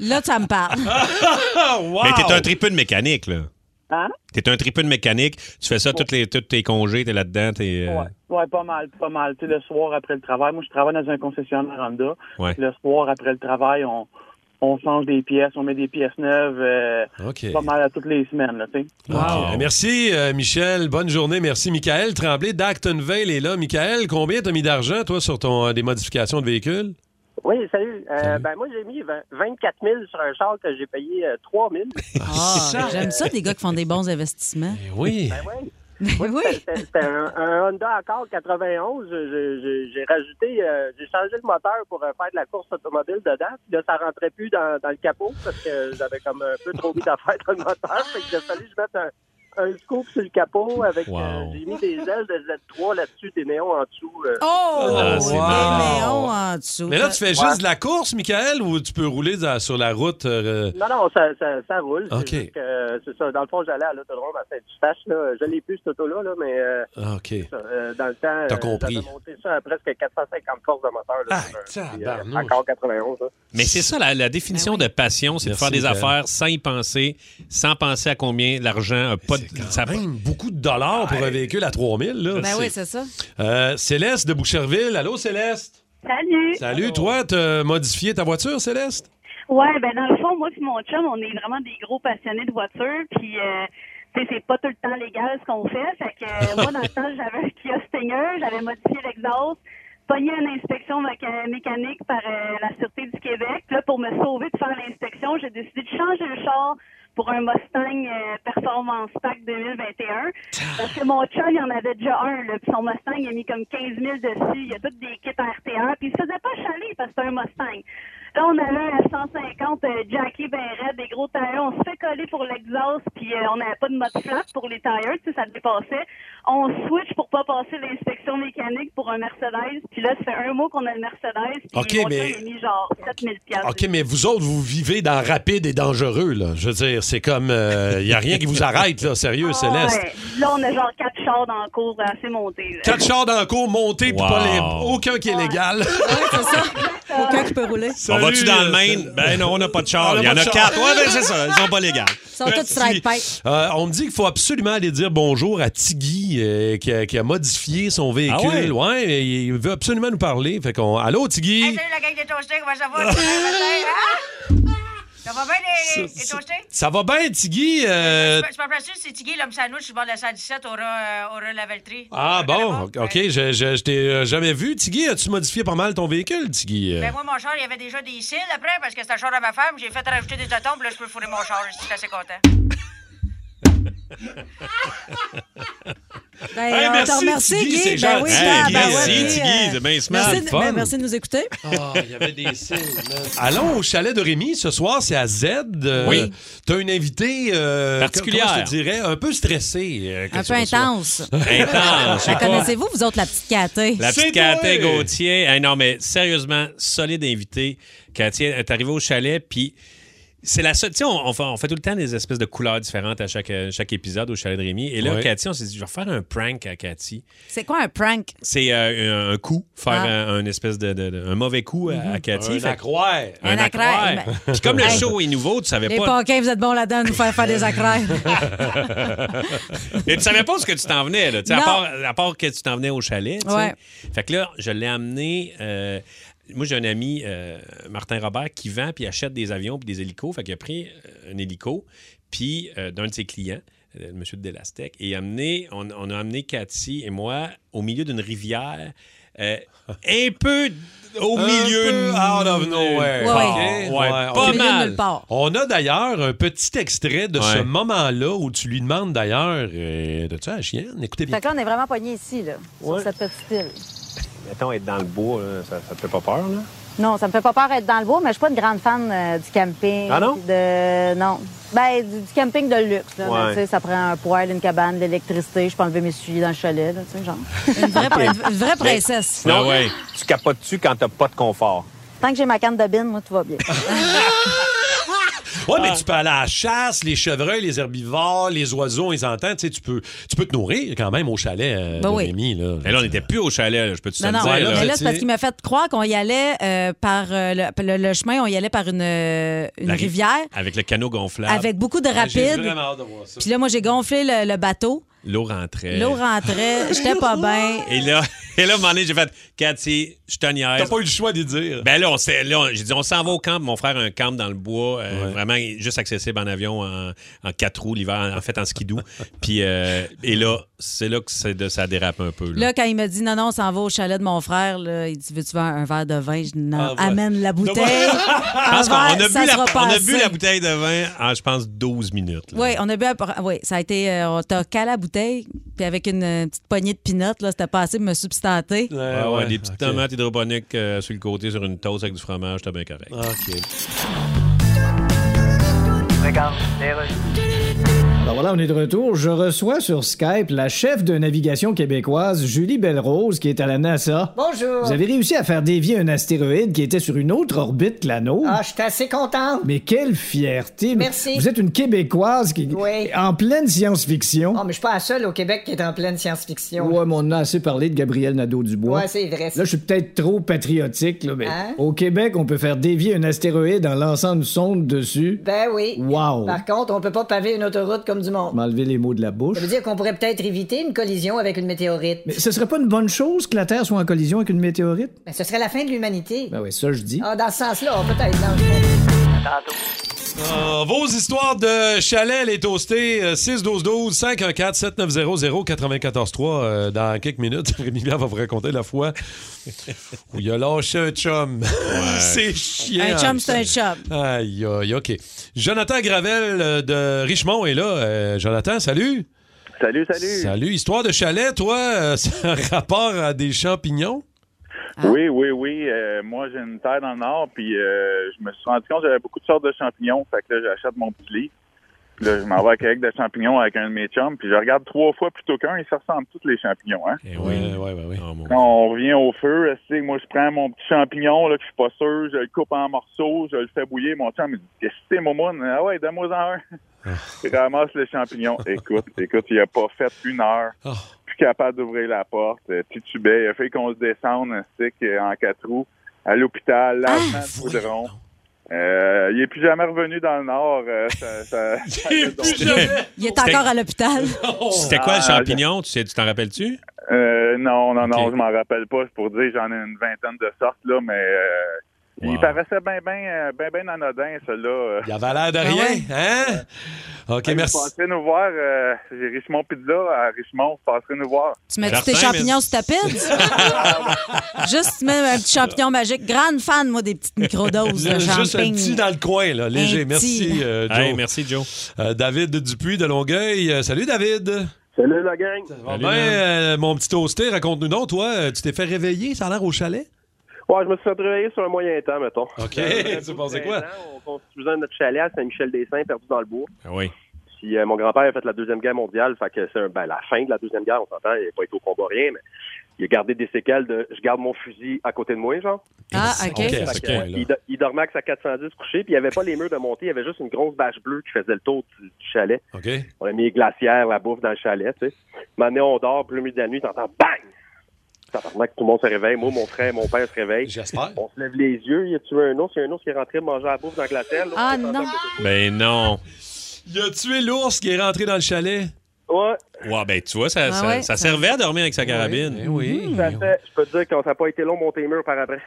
Là, ça me parle. Mais t'es un tripeux de mécanique, là. Hein? T'es un tripeux de mécanique. Tu fais ça toutes les, tous tes congés, t'es là-dedans, t'es. euh, Ouais, pas mal, pas mal. Tu sais, le soir après le travail, moi je travaille dans un concessionnaire Honda. Ouais. Le soir après le travail, on, on change des pièces, on met des pièces neuves. euh, OK. Pas mal à toutes les semaines, là, tu sais. OK. Merci, euh, Michel. Bonne journée. Merci, Michael Tremblay d'Acton Vale est là. Michael, combien t'as mis d'argent, toi, sur ton, euh, des modifications de véhicule? Oui, salut. Euh, Ben, moi, j'ai mis vingt- 24 000 sur un char que j'ai payé euh, 3 000. Ah, J'aime ça, des gars qui font des bons investissements. oui. Ah, Ben oui. Moi, c'était- C'était un, un Honda Accord 91. Je- je- je- J'ai rajouté, euh, j'ai changé le moteur pour euh, faire de la course automobile dedans. Puis là, ça rentrait plus dans, dans le capot parce que j'avais comme un peu trop mis d'affaires dans le moteur. Fait qu'il a fallu que je mette un, un scoop sur le capot avec. Wow. euh, j'ai mis des ailes de Z3 là-dessus, des néons en dessous. euh. Oh! Ah, c'est des marrant. néons en dessous. Mais là, tu fais Ouais. juste de la course, Michael, ou tu peux rouler dans- sur la route? euh, Non, non, ça, ça, ça roule. OK. C'est juste que, euh, C'est ça. Dans le fond, j'allais à l'autodrome à Saint-Eustache. là. Je l'ai plus, cette auto-là, là, mais euh, Ah, OK. ça, euh, dans le temps, T'as euh, compris. Ah, j'avais monté ça à presque 450 forces de moteur. Là, sur un- puis, euh, encore 91. là. Mais c'est ça, la, la définition de passion, c'est de Ah Merci, faire des Michael. affaires sans y penser, sans penser à combien l'argent a pas de. Ça beaucoup de dollars pour un véhicule à 3000, là. Ben oui, c'est ça. Euh, Céleste de Boucherville. Allô, Céleste? Salut. Salut, toi, t'as modifié ta voiture, Céleste? Ouais, ben dans le fond, moi puis mon chum, on est vraiment des gros passionnés de voiture, puis euh, tu sais, c'est pas tout le temps légal ce qu'on fait. Fait que euh, moi, dans le temps, j'avais un Kia Stinger, j'avais modifié l'exhaust, pogné une inspection méca- mécanique par euh, la Sûreté du Québec. Puis Là, pour me sauver de faire l'inspection, j'ai décidé de changer le char pour un Mustang euh, Performance Pack 2021. Parce que mon chum, il en avait déjà un. Là, puis son Mustang, il a mis comme 15 000 dessus. Il y a toutes des kits RTA. Puis il se faisait pas chaler parce que c'est un Mustang. Là, on allait à 150 euh, Jackie Beret, des gros tailleurs. On se fait coller pour l'exhaust. Puis euh, on n'avait pas de mode flat pour les tailleurs. Tu sais, ça dépassait. On switch pour pas passer l'inspection section mécanique pour un Mercedes. Puis là, ça fait un mois qu'on a le Mercedes. Puis OK, mon chum mais- a mis genre 7000 piastres. OK, mais vous autres, vous vivez dans rapide et dangereux, là. Je veux dire, c'est comme. Il n'y a rien qui vous arrête, là. Ah Sérieux, Céleste. Ouais. Là, on a genre quatre chars dans le cours assez montés. là. Quatre chars dans le cours, montés, puis Wow. pas les... aucun qui est légal. Aucun qui peut rouler. On va-tu dans le Maine? Ben non, on n'a pas de euh, On char. a Il y pas en de a char. quatre. Ouais, ben c'est ça. Ils sont pas légaux. Ils sont tous strike pipe. Euh, on me dit qu'il faut absolument aller dire bonjour à Tiggy euh, qui, a, qui a modifié son véhicule. Ah ouais? Ouais, il veut absolument nous parler. Fait qu'on. Allô, Tiggy? Salut la gang des toastés, comment ça va? Bon matin, hein? Ça va bien les, les toastés? Ça va bien, Tiggy? Euh, Je m'appelle sûr, c'est Tiggy, l'homme sandwich, je suis bord de la 117 au rat, euh, au rat Laveltrie. Ah bon, OK, je, je, je t'ai euh, jamais vu. Tiggy, as-tu modifié pas mal ton véhicule, Tiggy? Euh, Ben moi, mon char, il y avait déjà des cils après, parce que c'était un char à ma femme, j'ai fait rajouter des atomes, puis là, je peux fourrer mon char, je suis assez content. Ben, Hey, on merci, te remercie, Tiggy, Guy. c'est Ben gentil. oui, Hey, ben, ben merci, oui, Tiggy, euh, c'est bien smart, merci, de- fun. ben, merci de nous écouter. Oh, il y avait des cils. Allons au chalet de Rémi. Ce soir, c'est à Z. Euh, Oui. T'as une invitée euh, Particulière. comment je te dirais, un peu stressée. euh, que Un tu peu reçois. intense. Intense, c'est La pas- connaissez-vous, vous autres, la petite catée? La petite Cathy Gauthier. Hey, non, mais sérieusement, solide invité. Cathy, elle est arrivée au chalet, puis c'est la seule. Tu sais, on, on fait, on fait tout le temps des espèces de couleurs différentes à chaque, euh, chaque épisode au chalet de Rémi. Et là, Ouais. Cathy, on s'est dit, je vais faire un prank à Cathy. C'est quoi un prank? C'est euh, un coup, faire Ah. Mm-hmm. un, un espèce de, de- de- un mauvais coup à- à Cathy. Un Fait- accroire. Un, Un accroire. accroire. Ben- Puis comme le Hey. show est nouveau, tu savais Les pas. panquins, vous êtes bons là-dedans à nous faire faire des accraires. Et tu savais pas ce que tu t'en venais, là. tu sais, À Non. part, à part que tu t'en venais au chalet. tu sais. Ouais. Fait que là, je l'ai amené. euh, moi, j'ai un ami, euh, Martin Robert, qui vend puis achète des avions puis des hélicos. Fait qu'il a pris euh, un hélico, puis euh, d'un de ses clients, euh, le monsieur de Delastec, et il a amené, on, on a amené Cathy et moi au milieu d'une rivière. euh, un peu au Un milieu peu out of nowhere. Ouais, OK? ouais, Ouais, pas on- mal. On a d'ailleurs un petit extrait de ce Ouais. moment-là où tu lui demandes d'ailleurs euh, de tu la chienne? Écoutez bien. Fait que là, on est vraiment pogné ici, là, sur cette petite île. Mettons, être dans le bois, là, ça, ça te fait pas peur, là? Non, ça me fait pas peur d'être dans le bois, mais je suis pas une grande fan euh, du camping. Ah non? puis De... Non. Ben, du, du camping de luxe, là. Ouais. mais, tu sais, ça prend un poêle, une cabane, de l'électricité. Je peux enlever mes souliers dans le chalet, là, tu sais, genre. Une vraie, Ok. une vraie Mais- princesse. Ah Sinon, tu capotes-tu quand t'as pas de confort? Tant que j'ai ma canne de bine, moi, tout va bien. Ouais, Ah. mais tu peux aller à la chasse, les chevreuils, les herbivores, les oiseaux, ils entendent. Tu sais, tu peux, tu peux te nourrir quand même au chalet euh, Ben de oui. Rémi, Là. Mais là, on n'était plus au chalet, là, je peux te Non, le non, dire. mais là. là, c'est parce qu'il m'a fait croire qu'on y allait euh, par euh, le, le- le chemin, on y allait par une, euh, une La ri- rivière Avec le canot gonflable. avec beaucoup de Ouais, j'ai rapides. vraiment hâte de voir ça. Puis là, moi, j'ai gonflé le, le bateau. L'eau rentrait. L'eau rentrait. J'étais pas bien. Et là, et là, à un moment donné, j'ai fait Cathy, je te niaise. T'as pas eu le choix d'y dire. Ben là, on s'est- là, on- j'ai dit on s'en va au camp. Mon frère a un camp dans le bois, euh, vraiment juste accessible en avion, en, en quatre roues l'hiver, en, en fait en skidoo. Puis euh, et là, c'est là que c'est de- ça dérape un peu. là. Là, quand il m'a dit non, non, on s'en va au chalet de mon frère, là, il dit Veux-tu un, un verre de vin Je dis Non, Ah, ouais. amène la bouteille. Je pense qu'on on Un a, verre, bu Ah ça la, sera pas on a assez. bu la bouteille de vin en, je pense, 12 minutes. là. Oui, on a bu. à- Oui, ça a été. euh, on t'a calé la bouteille, puis avec une euh, petite poignée de pinottes, là, c'était pas assez de me substanter. Ah ouais, des petites ok. tomates hydroponiques euh, sur le côté, sur une toast avec du fromage, t'as bien correct. Ah, OK. Regarde, les Alors voilà, on est de retour. Je reçois sur Skype la chef de navigation québécoise, Julie Belrose, qui est à la NASA. Bonjour. Vous avez réussi à faire dévier un astéroïde qui était sur une autre orbite que la nôtre. Ah, je suis assez content. Mais quelle fierté! Merci. Vous êtes une Québécoise qui Oui. en pleine science-fiction. Ah, mais je suis pas la seule au Québec qui est en pleine science-fiction. Ouais, mais on a assez parlé de Gabriel Nadeau-Dubois. Ouais, c'est vrai, ça. Là, je suis peut-être trop patriotique, là, mais Hein? au Québec, on peut faire dévier un astéroïde en lançant une sonde dessus. Ben oui. Wow. Par contre, on peut pas paver une autoroute comme du monde. M'enlever les mots de la bouche. Ça veut dire qu'on pourrait peut-être éviter une collision avec une météorite. Mais ce serait pas une bonne chose que la Terre soit en collision avec une météorite? Mais ce serait la fin de l'humanité. Ben oui, ça je dis. Ah, dans ce sens-là, peut-être. dans le fond. Euh, vos histoires de chalet, les toastés, euh, 612-12-514-7900-943 euh, dans quelques minutes. Rémi Bière va vous raconter la fois où il a lâché un chum. c'est chiant. Un chum, c'est un chum. Aïe, aïe, OK. Jonathan Gravel euh, de Richmond est là. Euh, Jonathan, salut. Salut, salut. Salut. Histoire de chalet, toi, euh, c'est un rapport à des champignons? Oui, oui, oui. Euh, moi, j'ai une terre dans le nord, puis euh, je me suis rendu compte que j'avais beaucoup de sortes de champignons. Fait que là, j'achète mon petit livre. Puis là, je m'en vais à Québec de champignons avec un de mes chums. Puis je regarde trois fois plutôt qu'un. Ils se ressemblent tous les champignons. Hein? Ouais, ouais, ouais, ouais. Quand on revient au feu, tu sais, moi, je prends mon petit champignon, là, que je suis pas sûr, je le coupe en morceaux, je le fais bouillir. Mon chum me dit, qu'est-ce que c'est, Momoun? Ah ouais, donne-moi en un. Il ramasse le champignon. Écoute, écoute, il a pas fait une heure. Plus capable d'ouvrir la porte. Euh, Titubé, il a fait qu'on se descende un stick euh, en quatre roues à l'hôpital, lavement de poudron. Euh, il est plus jamais revenu dans le Nord. euh, ça- ça- Il est encore à l'hôpital. C'était quoi le Ah, champignon? Tu sais, tu t'en rappelles-tu? Euh, non, non, non, Ok. je m'en rappelle pas. C'est pour dire j'en ai une vingtaine de sortes, là, mais euh, il paraissait bien, bien, bien, bien anodin, celui-là. euh. Il avait Ah l'air de rien, hein? OK, merci. Vous passerez nous voir, euh, j'ai Richemont Pizza à Richemont, vous passerez nous voir. Tu mets tes champignons sur ta pizza? Juste, tu mets un petit champignon magique. Grande fan, moi, des petites microdoses de Juste un champagne. petit dans le coin, là, léger. Un Merci, petit. euh, Joe. Hey, merci, Joe. David Dupuis de Longueuil. Euh, salut, David. Salut la gang. Ben, euh, mon petit toasté, raconte-nous donc, toi, euh, tu t'es fait réveiller, ça a l'air au chalet? Ouais, je me suis fait réveiller sur un moyen temps, mettons. OK. Euh, Tu pensais quoi? On construisait notre chalet à Saint-Michel-des-Saints, perdu dans le bois. Oui. Puis euh, mon grand-père a fait la Deuxième Guerre mondiale, fait que c'est un- ben, la fin de la Deuxième Guerre, on s'entend, il n'a pas été au combat, rien, mais il a gardé des séquelles de « je garde mon fusil à côté de moi », genre. Ah, OK. OK, à Fait ce que, point-là. euh, il, do- il dormait avec sa 410 couchée, puis il n'y avait pas les murs de montée, il y avait juste une grosse bâche bleue qui faisait le tour du, du chalet. OK. On a mis les glacières, la bouffe dans le chalet, tu sais. Maintenant, on dort, puis le milieu de la nuit, t'entends « bang ». Tabarnak, tout le monde se réveille. Moi, mon frère, mon père se réveillent. J'espère. On se lève les yeux. Il y a tué un ours. Il y a un ours qui est rentré manger la bouffe dans la glacière. L'ours Ah est non! Ben non. Il a tué l'ours qui est rentré dans le chalet. Ouais. Ouais, ben tu vois, ça, Ah ça- ouais, ça ça- servait à dormir avec sa carabine. ben oui. Ça fait- je peux te dire qu'on n'a pas été long monter les murs par après.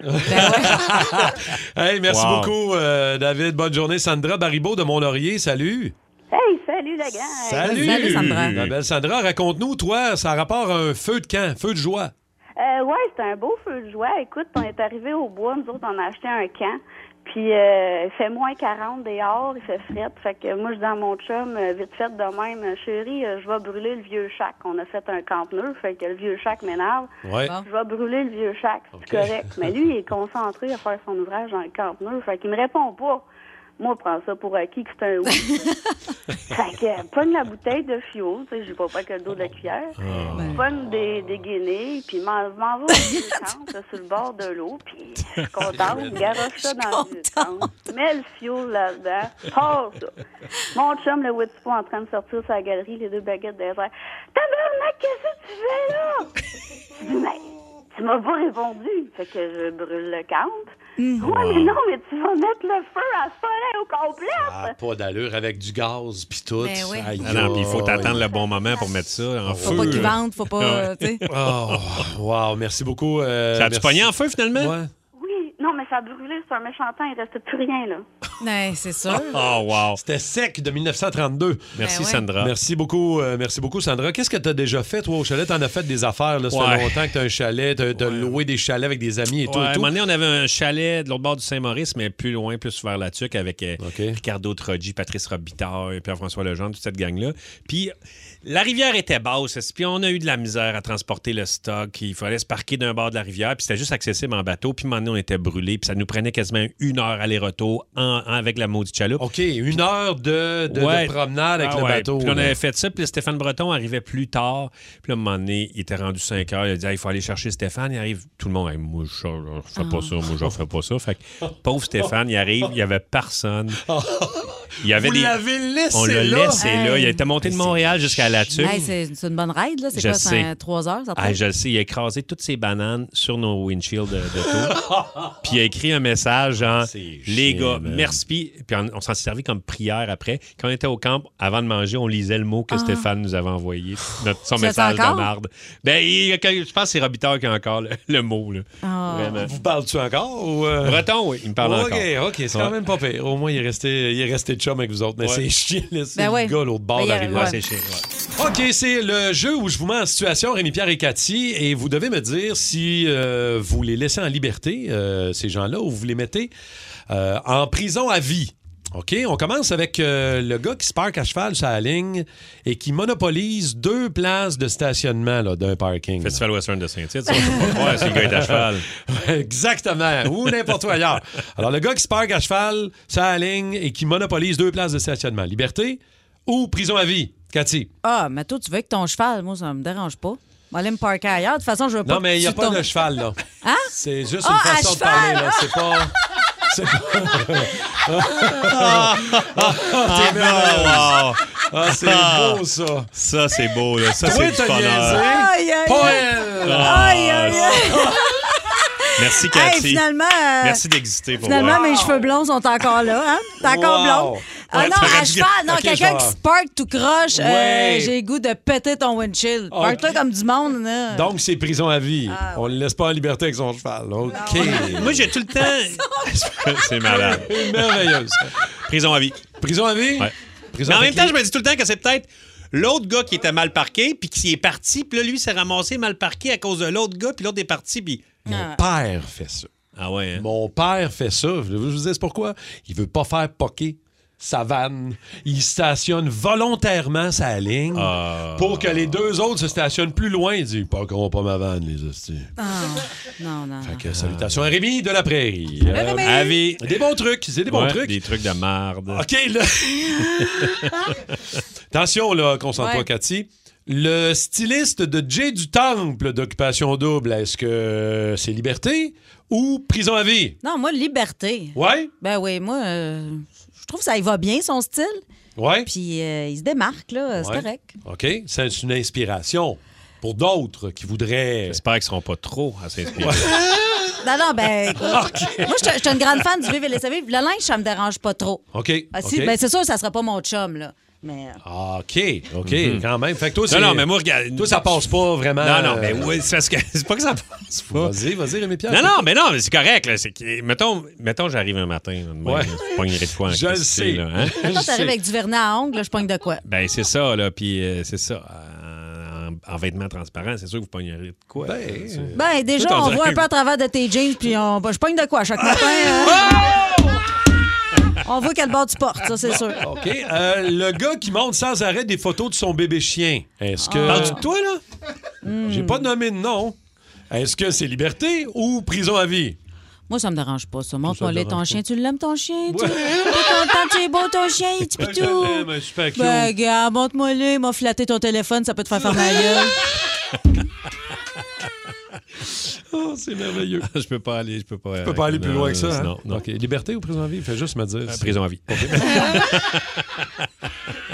Hey, merci Wow. beaucoup, euh, David. Bonne journée. Sandra Baribeau de Mont-Laurier, salut. Hey, salut la gang! Salut. Ma belle Sandra, raconte-nous, toi, ça a rapport à un feu de camp, feu de joie. Euh, ouais, c'était un beau feu de joie. Écoute, on est arrivé au bois, nous autres, on a acheté un camp. Puis, euh, il fait moins 40 dehors, il fait fret. Fait que moi, je dis à mon chum, euh, vite fait de même, chérie, euh, je vais brûler le vieux shack. On a fait un campneur, fait que le vieux shack m'énerve. Ouais. Je vais brûler le vieux shack, c'est correct. Mais lui, il est concentré à faire son ouvrage dans le campneur, fait qu'il me répond pas. Moi, je prends ça pour acquis que c'est un oui. fait que, euh, pogne la bouteille de fio, tu sais, j'ai pas pas que le dos de la cuillère. Pogne des, des guinées, puis m'en m'en vais au vieux centre, là, sur le bord de l'eau, puis je suis contente, garoche ça dans le vieux centre, mets le fio là-dedans, passe ça. Mon chum, le Witsipo, en train de sortir sa galerie, les deux baguettes derrière. Tabarnak, qu'est-ce que tu fais là? Je dis, mais tu m'as pas répondu. Fait que je brûle le camp. Ouais, mais non, mais tu vas mettre le feu à ce soleil au complet. Ah, pas d'allure avec du gaz puis tout. Ben oui. Aïe, Ah non, puis il faut aïe. attendre le bon moment pour mettre ça en Faut feu. pas qu'il là. vente, faut pas, euh, tu sais. Oh, wow, merci beaucoup. euh, Ça a-tu merci. pogné en feu, finalement? Ouais. Oui, non, mais ça a brûlé, c'est un méchant temps, il reste plus rien, là. Ouais, c'est sûr. Oh, wow. C'était sec de 1932. Ah, Merci, Ben ouais. Sandra. Merci beaucoup, euh, merci beaucoup, Sandra. Qu'est-ce que tu as déjà fait, toi, au chalet? T'en as fait des affaires, là. Ça fait Ouais. longtemps que tu as un chalet, tu as, loué des chalets avec des amis et Ouais, tout. à et un tout. moment donné, on avait un chalet de l'autre bord du Saint-Maurice, mais plus loin, plus vers la Tuque, avec euh, Ricardo Trogi, Patrice Robitaille, Pierre-François Legendre, toute cette gang-là. Puis la rivière était basse, puis on a eu de la misère à transporter le stock. Il fallait se parquer d'un bord de la rivière, puis c'était juste accessible en bateau. Puis à un moment donné, on était brûlés, puis ça nous prenait quasiment une heure aller-retour en- en- avec la maudite chaloupe. OK, une heure de, de- de Ouais. promenade avec Ah le ouais. bateau. Puis on là. avait fait ça, puis Stéphane Breton arrivait plus tard. Puis là, à un moment donné, il était rendu 5 heures. Il a dit Ah, il faut aller chercher Stéphane. Il arrive, tout le monde, Hey, moi, je ne fais pas ça, Ah. moi, je fais pas ça. Fait que, pauvre Stéphane, il arrive, il n'y avait personne. Il y avait Vous des- l'avez laissé On l'a là? laissé là. Hey. Il était monté de Montréal jusqu'à la tuque. Hey, c'est c'est une bonne ride, là. C'est Je quoi, sais. c'est 3 heures, ça te Ah, prend? je le sais, il a écrasé toutes ses bananes sur nos windshields de, de tour. puis il a écrit un message genre Les gars, merci. Puis on, on s'en est servi comme prière après. Quand on était au camp, avant de manger, on lisait le mot que Ah. Stéphane nous avait envoyé, notre- son Tu l'as message de encore? marde. Ben, il y a quelqu'un- je pense que c'est Robitaille qui a encore le, le mot. Là. Ah. Vous parles-tu encore? Ou euh? Breton, oui, il me parle OK, encore. OK, c'est quand même pas pire. Au moins, il est resté, il est resté chum avec vous autres. Mais Ouais. c'est chiant, laisser Ben ouais. le gars l'autre bord Ben, de la il y a- rivière. ouais, c'est chiant, OK, c'est le jeu où je vous mets en situation, Rémi-Pierre et Cathy, et vous devez me dire si euh, vous les laissez en liberté, euh, ces gens-là, ou vous les mettez euh, en prison à vie. OK, on commence avec euh, le gars qui se parque à cheval sur la ligne et qui monopolise deux places de stationnement là, d'un parking. Festival Western de Saint-Tite, ça, on peut pas croire si le gars est à cheval. Exactement. Ou n'importe où ailleurs. Alors, le gars qui se parque à cheval, ça aligne et qui monopolise deux places de stationnement. Liberté, ou prison à vie, Cathy? Ah, mais toi, tu veux que ton cheval, moi, ça me dérange pas. On va aller me parker ailleurs. De toute façon, je veux pas. Non, mais il n'y a pas de cheval. cheval, là. Hein? C'est juste Ah, une à façon de cheval! parler, là. C'est pas. C'est pas. Ah, t'es malade. Ah, c'est beau, ça. Ça, c'est beau, là. Ça, Toi, c'est du t'as bonheur. Aïe, aïe, aïe. Pas elle. Aïe, Ah, aïe, aïe. Merci, Hey, Cathy. finalement, euh, Merci d'exister pour Finalement, moi. Oh. mes cheveux blonds sont encore là, hein? T'es encore Wow. blonde? Ah Ouais, non, t'aurais à dû- cheval, non, Ok, je quelqu'un vais- qui spark tout croche, euh, Ouais. j'ai le goût de péter ton windshield. Parle-toi comme du monde, là. Donc, c'est prison à vie. Ah, On le laisse pas en liberté avec son cheval. là. OK. Moi, j'ai tout le temps. c'est malade. Merveilleuse. Prison à vie. Prison à vie? Ouais. Prison Mais en à même vie. temps, je me dis tout le temps que c'est peut-être l'autre gars qui était mal parqué, puis qui est parti, puis là, lui, s'est ramassé mal parqué à cause de l'autre gars, puis l'autre est parti, puis. Mon père fait ça. Ah ouais. Mon père fait ça. Je vous dis pourquoi. Il veut pas faire poquer sa vanne. Il stationne volontairement sa ligne Ah. pour que les deux autres se stationnent plus loin. Il dit Pas qu'on pas ma vanne, les hosties. Ah, non, non. Fait que salutations à Rémi de la Prairie. Euh, Salut, Rémi. À vie. Des bons trucs, c'est des bons Ouais, trucs. Des trucs de marde. OK, là. Attention, là, concentre-toi, Ouais. Cathy. Le styliste de Jay du Temple d'Occupation Double, est-ce que c'est liberté ou prison à vie? Non, moi, liberté. Ouais? Ben oui, moi, euh, je trouve que ça y va bien, son style. Ouais? Puis euh, il se démarque, là, c'est Ouais. correct. OK, c'est une inspiration pour d'autres qui voudraient... J'espère qu'ils ne seront pas trop à s'inspirer. Non, non, ben, écoute, moi, je suis- je suis une grande fan du Vive et laissez vivre. Le linge, ça me dérange pas trop. OK, Ah, si, OK. ben, c'est sûr, ça sera pas mon chum, là. Mais. euh, Ah, OK, OK, Mhm. quand même. Fait que toi, Non, c'est- non, mais moi, regarde. Toi, ça passe pas vraiment... Non, non, mais euh, oui, c'est parce que c'est pas que ça passe pas. Vas-y, vas-y, Rémi-Pierre. Non, non, mais non, mais c'est correct. Là, c'est que- mettons, mettons j'arrive un matin, là, demain, Ouais. je pognerai de quoi. en Je le Christie, sais. là, hein? Quand t'arrives avec du vernis à ongles, là, je pogne de quoi? Ben, c'est ça, là, puis euh, c'est ça. En, en vêtements transparents, c'est sûr que vous pognerez de quoi. là, c'est- Ben, déjà, Tout en on voit un direct. peu à travers de tes jeans, puis on... ben, je pogne de quoi chaque matin? hein? Oh! on voit quel bord tu portes, ça, c'est sûr. OK, euh, le gars qui monte sans arrêt des photos de son bébé chien, est-ce Ah. que... Parles-tu de toi, là? Hmm. J'ai pas nommé de nom. Est-ce que c'est liberté ou prison à vie? Moi, ça me dérange pas, ça. Montre-moi te les dérange ton pas? chien. Tu l'aimes, ton chien? Tu es content, tu es beau, ton chien, tu peux tout. super Ben, gars, montre-moi les m'a flatté ton téléphone, ça peut te faire faire ma gueule. Oh, c'est merveilleux. je peux pas aller, je peux pas. Je peux pas aller plus loin que ça. hein? Euh, Non, non. OK. Liberté ou prison à vie? Fais juste me dire. Euh, si- prison à vie.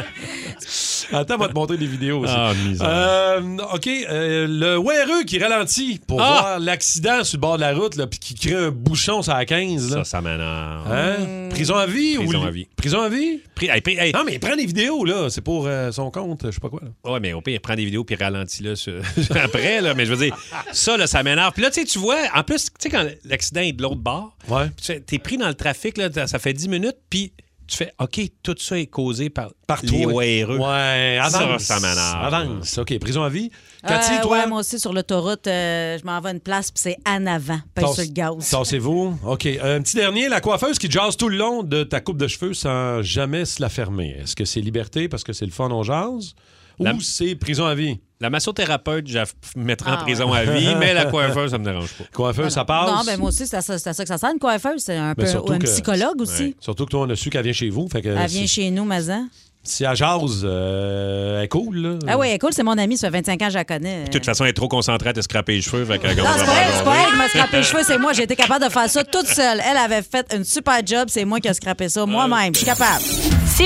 Attends, on va te montrer des vidéos aussi. Ah, misère. Euh, OK. euh, le WRE qui ralentit pour Ah! voir l'accident sur le bord de la route, là, puis qui crée un bouchon sur la 15. Là. Ça, ça m'énerve. Hein? Prison à vie ou. Prison li- à vie. Prison à vie? Pri- hey, pri- hey. Non, mais prends des vidéos, là. C'est pour euh, son compte, je sais pas quoi. Là. Ouais, mais au pire, prends des vidéos puis ralentis-le sur- après, là. Mais je veux dire, ça, là, ça m'énerve. Puis là, tu sais, tu vois, en plus, tu sais, quand l'accident est de l'autre bord, Ouais. tu sais, t'es pris dans le trafic, là, ça- ça fait 10 minutes, puis tu fais, OK, tout ça est causé par, Par les toi. WRE. Ouais, avance. Ça, ça m'énerve. Avance. OK, prison à vie. Euh, Cathy, toi. ouais, moi aussi, sur l'autoroute, euh, je m'en vais à une place, puis c'est en avant, pas Tasse- sur le gaz. Tassez-vous. OK. Euh, Un petit dernier, la coiffeuse qui jase tout le long de ta coupe de cheveux sans jamais se la fermer. Est-ce que c'est liberté parce que c'est le fun, on jase? Ou La- c'est prison à vie? La massothérapeute, je la f- mettrai Ah, en prison à vie, mais la coiffeuse, ça me dérange pas. Coiffeuse, ça passe? Non, ben moi aussi, c'est à ça, c'est à ça que ça sert. Une coiffeuse, c'est un Mais peu ou un que- psychologue aussi. Ouais. Surtout que toi, on a su qu'elle vient chez vous. Fait que Elle si, vient chez nous, Mazan. si elle jase, euh, elle est cool. Là. Ah oui, cool, c'est mon amie, ça fait 25 ans que je la connais. De toute façon, elle est trop concentrée à te scraper les cheveux. Fait qu'elle Non, commence à c'est pas elle, c'est pas m'aborder. elle qui m'a scrappé les cheveux, c'est moi. J'ai été capable de faire ça toute seule. Elle avait fait une super job, c'est moi qui ai scrappé ça moi-même. Je suis capable. Si